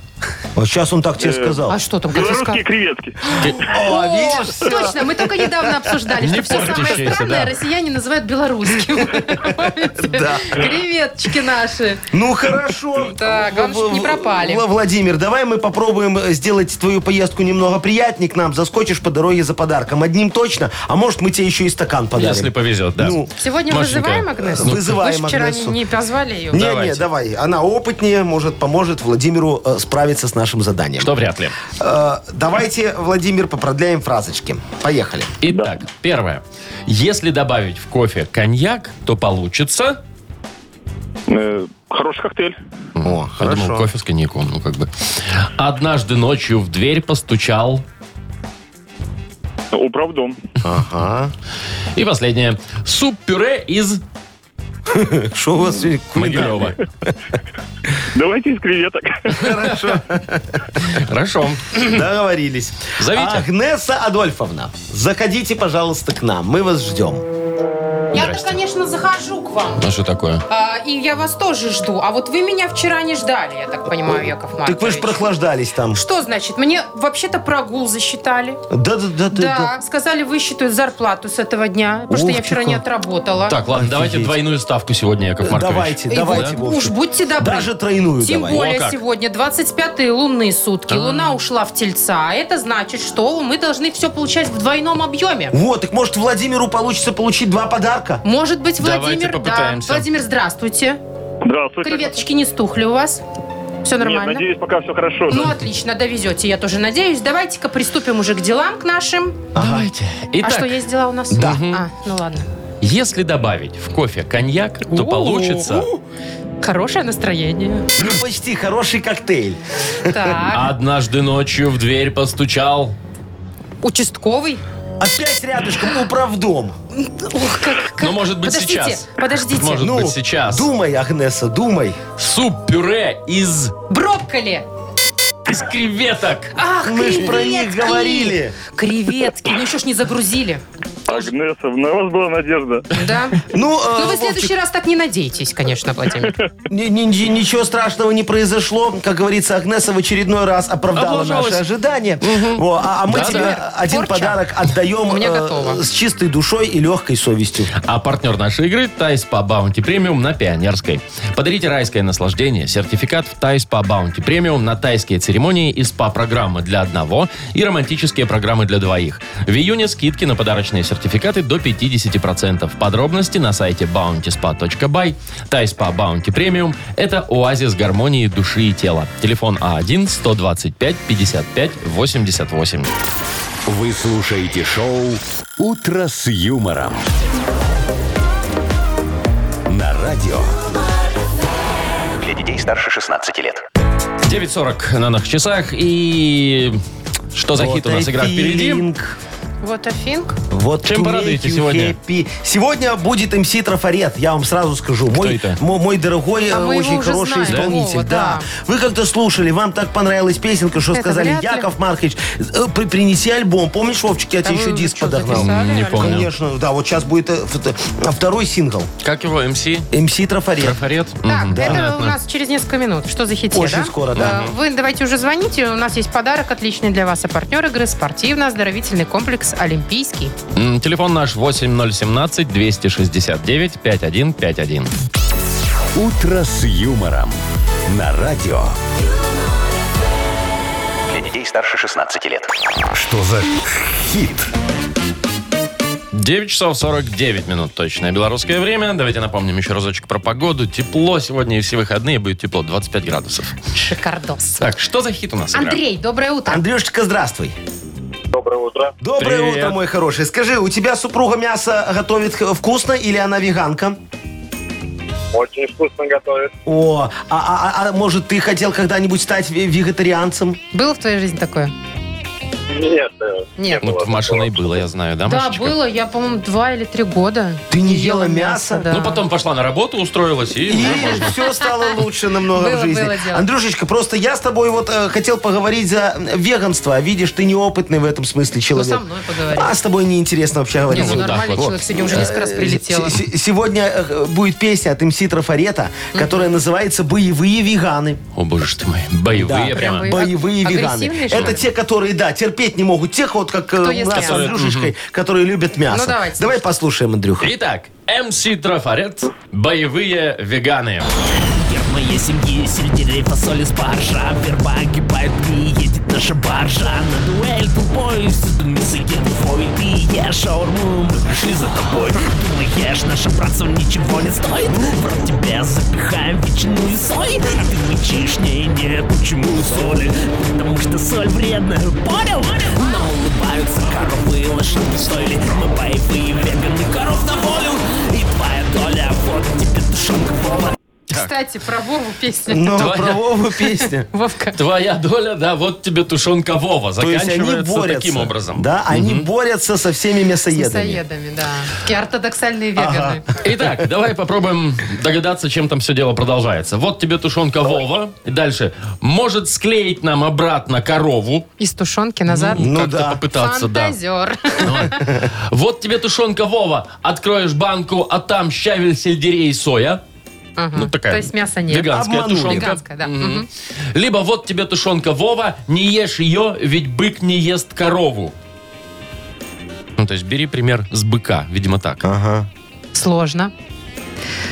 Speaker 4: Вот сейчас он так тебе сказал.
Speaker 3: А что там? хотел сказать?
Speaker 5: белорусские креветки.
Speaker 4: О, видишь?
Speaker 3: О, Точно, мы только недавно обсуждали,
Speaker 2: Не
Speaker 3: что все самое
Speaker 2: портящиеся,
Speaker 3: странное
Speaker 2: да.
Speaker 3: россияне называют
Speaker 4: <laughs>
Speaker 3: белорусским.
Speaker 4: Да.
Speaker 3: Креветочки наши.
Speaker 4: Ну хорошо.
Speaker 3: Так, главное, чтоб не пропали.
Speaker 4: Вла- Владимир, давай мы попробуем э, сделать твою поездку немного приятнее к нам. Заскочишь по дороге за подарком. Одним точно, а может мы тебе еще и стакан подарим.
Speaker 2: Если повезет, да.
Speaker 4: Ну,
Speaker 3: Сегодня
Speaker 2: Машенька,
Speaker 3: вызываем Агнесу?
Speaker 4: ну, вызываем
Speaker 3: Вы ж вчера
Speaker 4: Агнесу.
Speaker 3: не позвали ее.
Speaker 4: не,
Speaker 2: давайте.
Speaker 4: не, давай. Она опытнее, может, поможет Владимиру э, справиться с нашим заданием.
Speaker 2: Что вряд ли.
Speaker 4: Э, давайте, Владимир, попродляем фразочки. Поехали.
Speaker 2: Итак, первое. Если добавить в кофе коньяк, то получится...
Speaker 5: Э, Хороший коктейль.
Speaker 4: О,
Speaker 2: Я думал, кофе с коньяком, ну как бы. Однажды ночью в дверь постучал...
Speaker 5: Управдом.
Speaker 4: Ага.
Speaker 2: И последнее. Суп-пюре из
Speaker 4: Что у вас
Speaker 2: <laughs>
Speaker 4: сегодня кулинарное?
Speaker 2: Могилева.
Speaker 5: Давайте из
Speaker 3: <laughs>
Speaker 5: креветок.
Speaker 2: Хорошо.
Speaker 4: Договорились.
Speaker 2: Зовите.
Speaker 4: Агнеса Адольфовна, заходите, пожалуйста, к нам. Мы вас ждем.
Speaker 3: Я-то, конечно, захожу к вам.
Speaker 2: Ну что такое?
Speaker 3: а, И я вас тоже жду. А вот вы меня вчера не ждали, я так понимаю, Яков Маркович.
Speaker 4: Так вы же прохлаждались там.
Speaker 3: Что значит? Мне вообще-то прогул засчитали.
Speaker 4: Да, да,
Speaker 3: Да,
Speaker 4: да, да.
Speaker 3: сказали, высчитают зарплату с этого дня, потому что
Speaker 4: Ух
Speaker 3: я
Speaker 4: ты
Speaker 3: вчера не
Speaker 4: как.
Speaker 3: отработала.
Speaker 2: Так, ладно, давайте
Speaker 4: Офигеть.
Speaker 2: двойную ставку сегодня, Яков Маркович.
Speaker 4: Давайте,
Speaker 3: И
Speaker 4: давайте,
Speaker 3: вот уж
Speaker 4: Вовчик.
Speaker 3: будьте добры.
Speaker 4: Даже тройную
Speaker 3: Тем
Speaker 4: давай.
Speaker 2: О,
Speaker 3: более
Speaker 2: как. А.
Speaker 3: сегодня 25-е лунные сутки. Луна ушла в тельца. Это значит, что мы должны все получать в двойном объеме.
Speaker 4: Вот, так может Владимиру получится получить два подарка?
Speaker 3: Может быть,
Speaker 2: Давайте
Speaker 3: Владимир...
Speaker 2: попытаемся.
Speaker 3: Да. Владимир, здравствуйте.
Speaker 5: Здравствуйте.
Speaker 3: Креветочки не стухли у вас? Все
Speaker 5: Нет,
Speaker 3: нормально?
Speaker 5: надеюсь, пока все хорошо.
Speaker 3: ну, отлично, довезете, я тоже надеюсь. Давайте-ка приступим уже к делам к нашим.
Speaker 2: Давайте. Итак,
Speaker 3: а что, есть дела у нас?
Speaker 4: Да.
Speaker 3: А, ну ладно.
Speaker 2: если добавить в кофе коньяк, то получится
Speaker 3: Хорошее настроение.
Speaker 4: Ну, почти хороший коктейль.
Speaker 2: А?
Speaker 3: Так,
Speaker 2: «Однажды ночью в дверь постучал».
Speaker 3: участковый.
Speaker 4: Опять рядышком ну, управдом.
Speaker 3: Ух, как, как-
Speaker 2: Ну, может быть,
Speaker 3: подождите,
Speaker 2: сейчас.
Speaker 3: Подождите.
Speaker 2: Может
Speaker 4: ну,
Speaker 2: быть, сейчас.
Speaker 4: Думай, Агнеса, думай.
Speaker 2: Суп-пюре из,
Speaker 3: Брокколи.
Speaker 2: из креветок.
Speaker 3: Ах,
Speaker 4: Мы ж про них
Speaker 3: креветки.
Speaker 4: говорили.
Speaker 3: Креветки. Ну еще ж не загрузили.
Speaker 5: Агнеса, на вас была надежда.
Speaker 3: Да.
Speaker 4: Ну,
Speaker 3: Но вы
Speaker 4: э,
Speaker 3: в
Speaker 4: Вовчик,
Speaker 3: следующий раз так не надейтесь, конечно, Владимир.
Speaker 4: ни- ни- ни- ничего страшного не произошло. Как говорится, Агнеса в очередной раз оправдала
Speaker 2: Облажалась.
Speaker 4: наши ожидания. Во, а, а мы
Speaker 2: Да,
Speaker 4: тебе
Speaker 2: да.
Speaker 4: один
Speaker 3: Порча.
Speaker 4: подарок отдаем
Speaker 3: У меня
Speaker 4: э,
Speaker 3: готово.
Speaker 4: с чистой душой и легкой совестью.
Speaker 2: А партнер нашей игры – Тайс по Баунти Премиум на Пионерской. Подарите райское наслаждение, сертификат в Тайс по Баунти Премиум на тайские церемонии и СПА-программы для одного и романтические программы для двоих. В июне скидки на подарочные сертификаты до 50%. Подробности на сайте bountyspa.by. Тайспа Баунти Премиум – это оазис гармонии души и тела. Телефон А А1-125-55-88.
Speaker 1: Вы слушаете шоу «Утро с юмором». На радио
Speaker 6: Для детей старше 16 лет.
Speaker 2: 9.40 на наших часах и... Что за хит у нас игра впереди?
Speaker 3: Вот а афинг.
Speaker 4: Вот
Speaker 2: Чем
Speaker 4: to
Speaker 2: порадуете
Speaker 4: make you
Speaker 2: сегодня?
Speaker 4: happy. Сегодня будет МС Трафарет, я вам сразу скажу. мой,
Speaker 2: это?
Speaker 4: мо- Мой, дорогой,
Speaker 3: А
Speaker 4: э,
Speaker 3: мы его
Speaker 4: очень
Speaker 3: уже
Speaker 4: хороший
Speaker 3: знаем,
Speaker 4: исполнитель.
Speaker 3: Вова, да.
Speaker 4: да. Вы как-то слушали, вам так понравилась песенка, что
Speaker 3: Это
Speaker 4: сказали,
Speaker 3: вряд ли.
Speaker 4: Яков Маркович, э, при- принеси альбом. Помнишь, Вовчик, я
Speaker 3: А
Speaker 4: тебе еще
Speaker 3: вы
Speaker 4: диск
Speaker 3: что,
Speaker 4: подогнал?
Speaker 3: записали,
Speaker 2: Не
Speaker 3: Аль-
Speaker 2: помню.
Speaker 4: Конечно, да, вот сейчас будет э, фото- а второй сингл.
Speaker 2: Как его, МС?
Speaker 4: МС Трафарет.
Speaker 2: Трафарет?
Speaker 3: Так,
Speaker 2: Мгм,
Speaker 3: это у
Speaker 2: понятно.
Speaker 3: нас через несколько минут. Что за хите,
Speaker 4: Очень
Speaker 3: да?
Speaker 4: скоро, да.
Speaker 3: Э, Вы давайте уже звоните. У нас есть подарок отличный для вас. А партнер игры спортивно-оздоровительный комплекс «Олимпийский».
Speaker 2: М, Телефон наш 8017-269-5151.
Speaker 1: «Утро с юмором». На радио
Speaker 6: Для детей старше 16 лет.
Speaker 1: «Что за хит?»
Speaker 2: 9 часов 49 минут точное белорусское время. Давайте напомним еще разочек про погоду. Тепло сегодня и все выходные будет тепло, 25 градусов.
Speaker 3: Шикардос.
Speaker 2: Так, что за хит у нас игра?
Speaker 3: Андрей, доброе утро.
Speaker 4: Андрюшечка, здравствуй.
Speaker 5: Доброе утро.
Speaker 4: Доброе
Speaker 2: Привет.
Speaker 4: утро, мой хороший. Скажи, у тебя супруга мясо готовит х- вкусно или она веганка?
Speaker 5: Очень вкусно готовит.
Speaker 4: О, а, а- а- а может ты хотел когда-нибудь стать ве- вегетарианцем?
Speaker 3: Было в твоей жизни такое?
Speaker 5: Нет,
Speaker 3: Нет.
Speaker 2: Ну, вот в Машиной было, я знаю, да,
Speaker 3: Да,
Speaker 2: Машечка?
Speaker 3: было, я, по-моему, два или три года.
Speaker 4: Ты не ела мясо?
Speaker 3: да.
Speaker 2: Ну, потом пошла на работу, устроилась и...
Speaker 4: И
Speaker 2: уже можно.
Speaker 4: все стало лучше намного
Speaker 3: Было-
Speaker 4: в жизни.
Speaker 3: было дело.
Speaker 4: Андрюшечка, просто я с тобой вот э, хотел поговорить за м, веганство. Видишь, ты неопытный в этом смысле
Speaker 3: Ну,
Speaker 4: человек.
Speaker 3: со мной поговори.
Speaker 4: А с тобой неинтересно вообще
Speaker 3: Не,
Speaker 4: говорить.
Speaker 3: ну,
Speaker 2: вот так
Speaker 3: нормальный
Speaker 2: вот.
Speaker 3: человек сегодня уже несколько раз прилетело.
Speaker 4: Э, се- се- Сегодня э, будет песня от МС Трафарета, которая называется «Боевые веганы».
Speaker 2: О, боже ж ты мой, боевые
Speaker 4: Да.
Speaker 2: прямо.
Speaker 3: Прям
Speaker 4: Боевые
Speaker 3: Аг-
Speaker 4: веганы.
Speaker 3: агрессивные, что
Speaker 4: Это
Speaker 3: ли?
Speaker 4: те, которые, да, терпеть не могут. Тех вот, как э,
Speaker 3: Кто
Speaker 4: у
Speaker 3: ест
Speaker 4: нас с
Speaker 3: мясо.
Speaker 4: Андрюшечкой, которые любят мясо.
Speaker 3: Ну, давайте,
Speaker 4: Давай послушаем, Андрюха.
Speaker 2: Итак, МС Трафарет, боевые веганы.
Speaker 8: В моей семьи сельдерей, фасоли, спаржа Верба огибает едет наша баржа На дуэль тупой, всюду мясо едут фой Ты ешь шаурму, мы пришли за тобой Думаешь, наша праца ничего не стоит В рот тебе запихаем ветчину и сой А ты мычишь, не, не, почему соли? Потому что соль вредна, понял? Но улыбаются коровы, лошади стоили Мы боевые веганы, коров на волю И твоя доля, вот тебе тушенка Вова
Speaker 3: Кстати, про Вову песня.
Speaker 4: Ну,
Speaker 2: Твоя-
Speaker 4: про Вову песня.
Speaker 3: Вовка.
Speaker 2: Твоя доля, да, вот тебе тушенка Вова.
Speaker 4: <laughs> То есть они
Speaker 2: Заканчивается
Speaker 4: борются.
Speaker 2: таким образом.
Speaker 4: Да, они борются со всеми мясоедами.
Speaker 3: Мясоедами, да. Такие ортодоксальные веганы.
Speaker 2: Ну, Итак, давай попробуем догадаться, чем там все дело продолжается. Вот тебе тушенка Вова. И дальше. Может склеить нам обратно корову.
Speaker 3: Из тушенки назад.
Speaker 4: Ну
Speaker 2: Как-то
Speaker 4: да.
Speaker 2: попытаться, да.
Speaker 3: Фантазер.
Speaker 2: Вот тебе тушенка Вова. Откроешь банку, а там щавель, сельдерей и соя.
Speaker 3: Ага.
Speaker 2: Ну, такая
Speaker 3: То есть мяса нет.
Speaker 2: Веганская
Speaker 4: Обманули.
Speaker 2: тушенка.
Speaker 3: Веганская, да.
Speaker 2: Мгм.
Speaker 3: Мгм.
Speaker 2: Либо вот тебе тушенка Вова, не ешь ее, ведь бык не ест корову. Ну, то есть бери пример с быка, видимо, так.
Speaker 4: Ага.
Speaker 3: Сложно.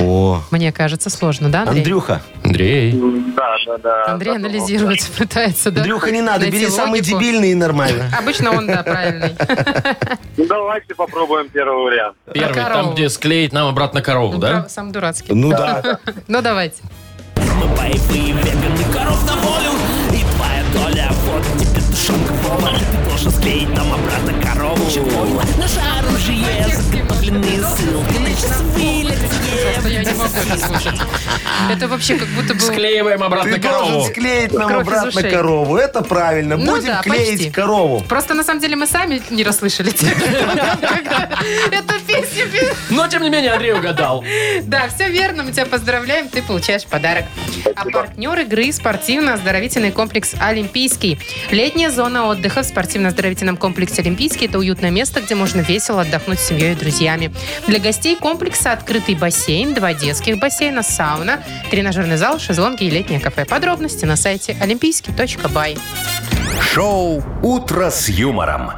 Speaker 4: О.
Speaker 3: Мне кажется, сложно, да, Андрей?
Speaker 4: Андрюха,
Speaker 2: Андрей.
Speaker 5: Да, да, да.
Speaker 3: Андрей анализирует, пытается, да?
Speaker 4: Андрюха, не надо,
Speaker 3: найти
Speaker 4: бери самый
Speaker 3: логику.
Speaker 4: дебильный и нормально.
Speaker 3: Обычно он, да, правильный.
Speaker 5: Ну, давайте попробуем первый вариант.
Speaker 2: Первый, там,
Speaker 3: корову.
Speaker 2: где склеить нам обратно корову, да?
Speaker 3: Прав- Сам дурацкий.
Speaker 4: Ну да.
Speaker 3: Ну, давайте.
Speaker 8: Мы боевые веганы, коров на волю И твоя доля, вот тебе тушенка Вова Ты должен склеить нам обратно корову Чего? Наше оружие, заготовленные ссылки На часовые лекции
Speaker 3: Просто я не могу это слушать. <laughs> Это вообще как будто бы...
Speaker 2: Склеиваем обратно
Speaker 4: Ты должен
Speaker 2: корову.
Speaker 4: склеить нам
Speaker 3: Кровь из
Speaker 4: обратно
Speaker 3: ушей.
Speaker 4: корову. Это правильно.
Speaker 3: Ну
Speaker 4: Будем
Speaker 3: да, почти.
Speaker 4: клеить корову.
Speaker 3: Просто на самом деле мы сами не
Speaker 8: <laughs>
Speaker 3: расслышали. <laughs> Это песня. пе-
Speaker 2: Но, тем не менее, Андрей угадал.
Speaker 3: Да, все верно, мы тебя поздравляем, ты получаешь подарок. А партнер игры спортивно-оздоровительный комплекс «Олимпийский». Летняя зона отдыха в спортивно-оздоровительном комплексе «Олимпийский» – это уютное место, где можно весело отдохнуть с семьей и друзьями. Для гостей комплекса открытый бассейн, два детских бассейна, сауна, тренажерный зал, шезлонги и летнее кафе. Подробности на сайте олимпийский.бай.
Speaker 1: Шоу «Утро с юмором».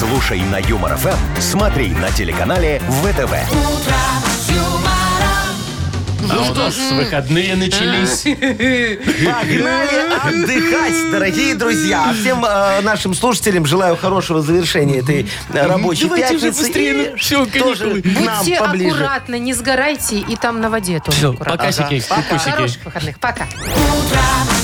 Speaker 1: Слушай на Юмор ФМ, смотри на телеканале ВТВ.
Speaker 4: Ну
Speaker 2: А у нас выходные начались.
Speaker 4: Погнали отдыхать, дорогие друзья. Всем э, нашим слушателям желаю хорошего завершения этой э, рабочей
Speaker 2: Давайте уже
Speaker 4: пятницы.
Speaker 2: быстрее,
Speaker 4: и
Speaker 2: ну, всё,
Speaker 4: тоже
Speaker 2: каникулы.
Speaker 4: к нам
Speaker 3: Будьте
Speaker 4: поближе.
Speaker 3: аккуратны, не сгорайте, и там на воде тоже
Speaker 2: Все,
Speaker 3: аккуратно.
Speaker 2: покасики,
Speaker 3: Пока.
Speaker 2: кукусики.
Speaker 3: Хороших выходных. Пока.
Speaker 9: утро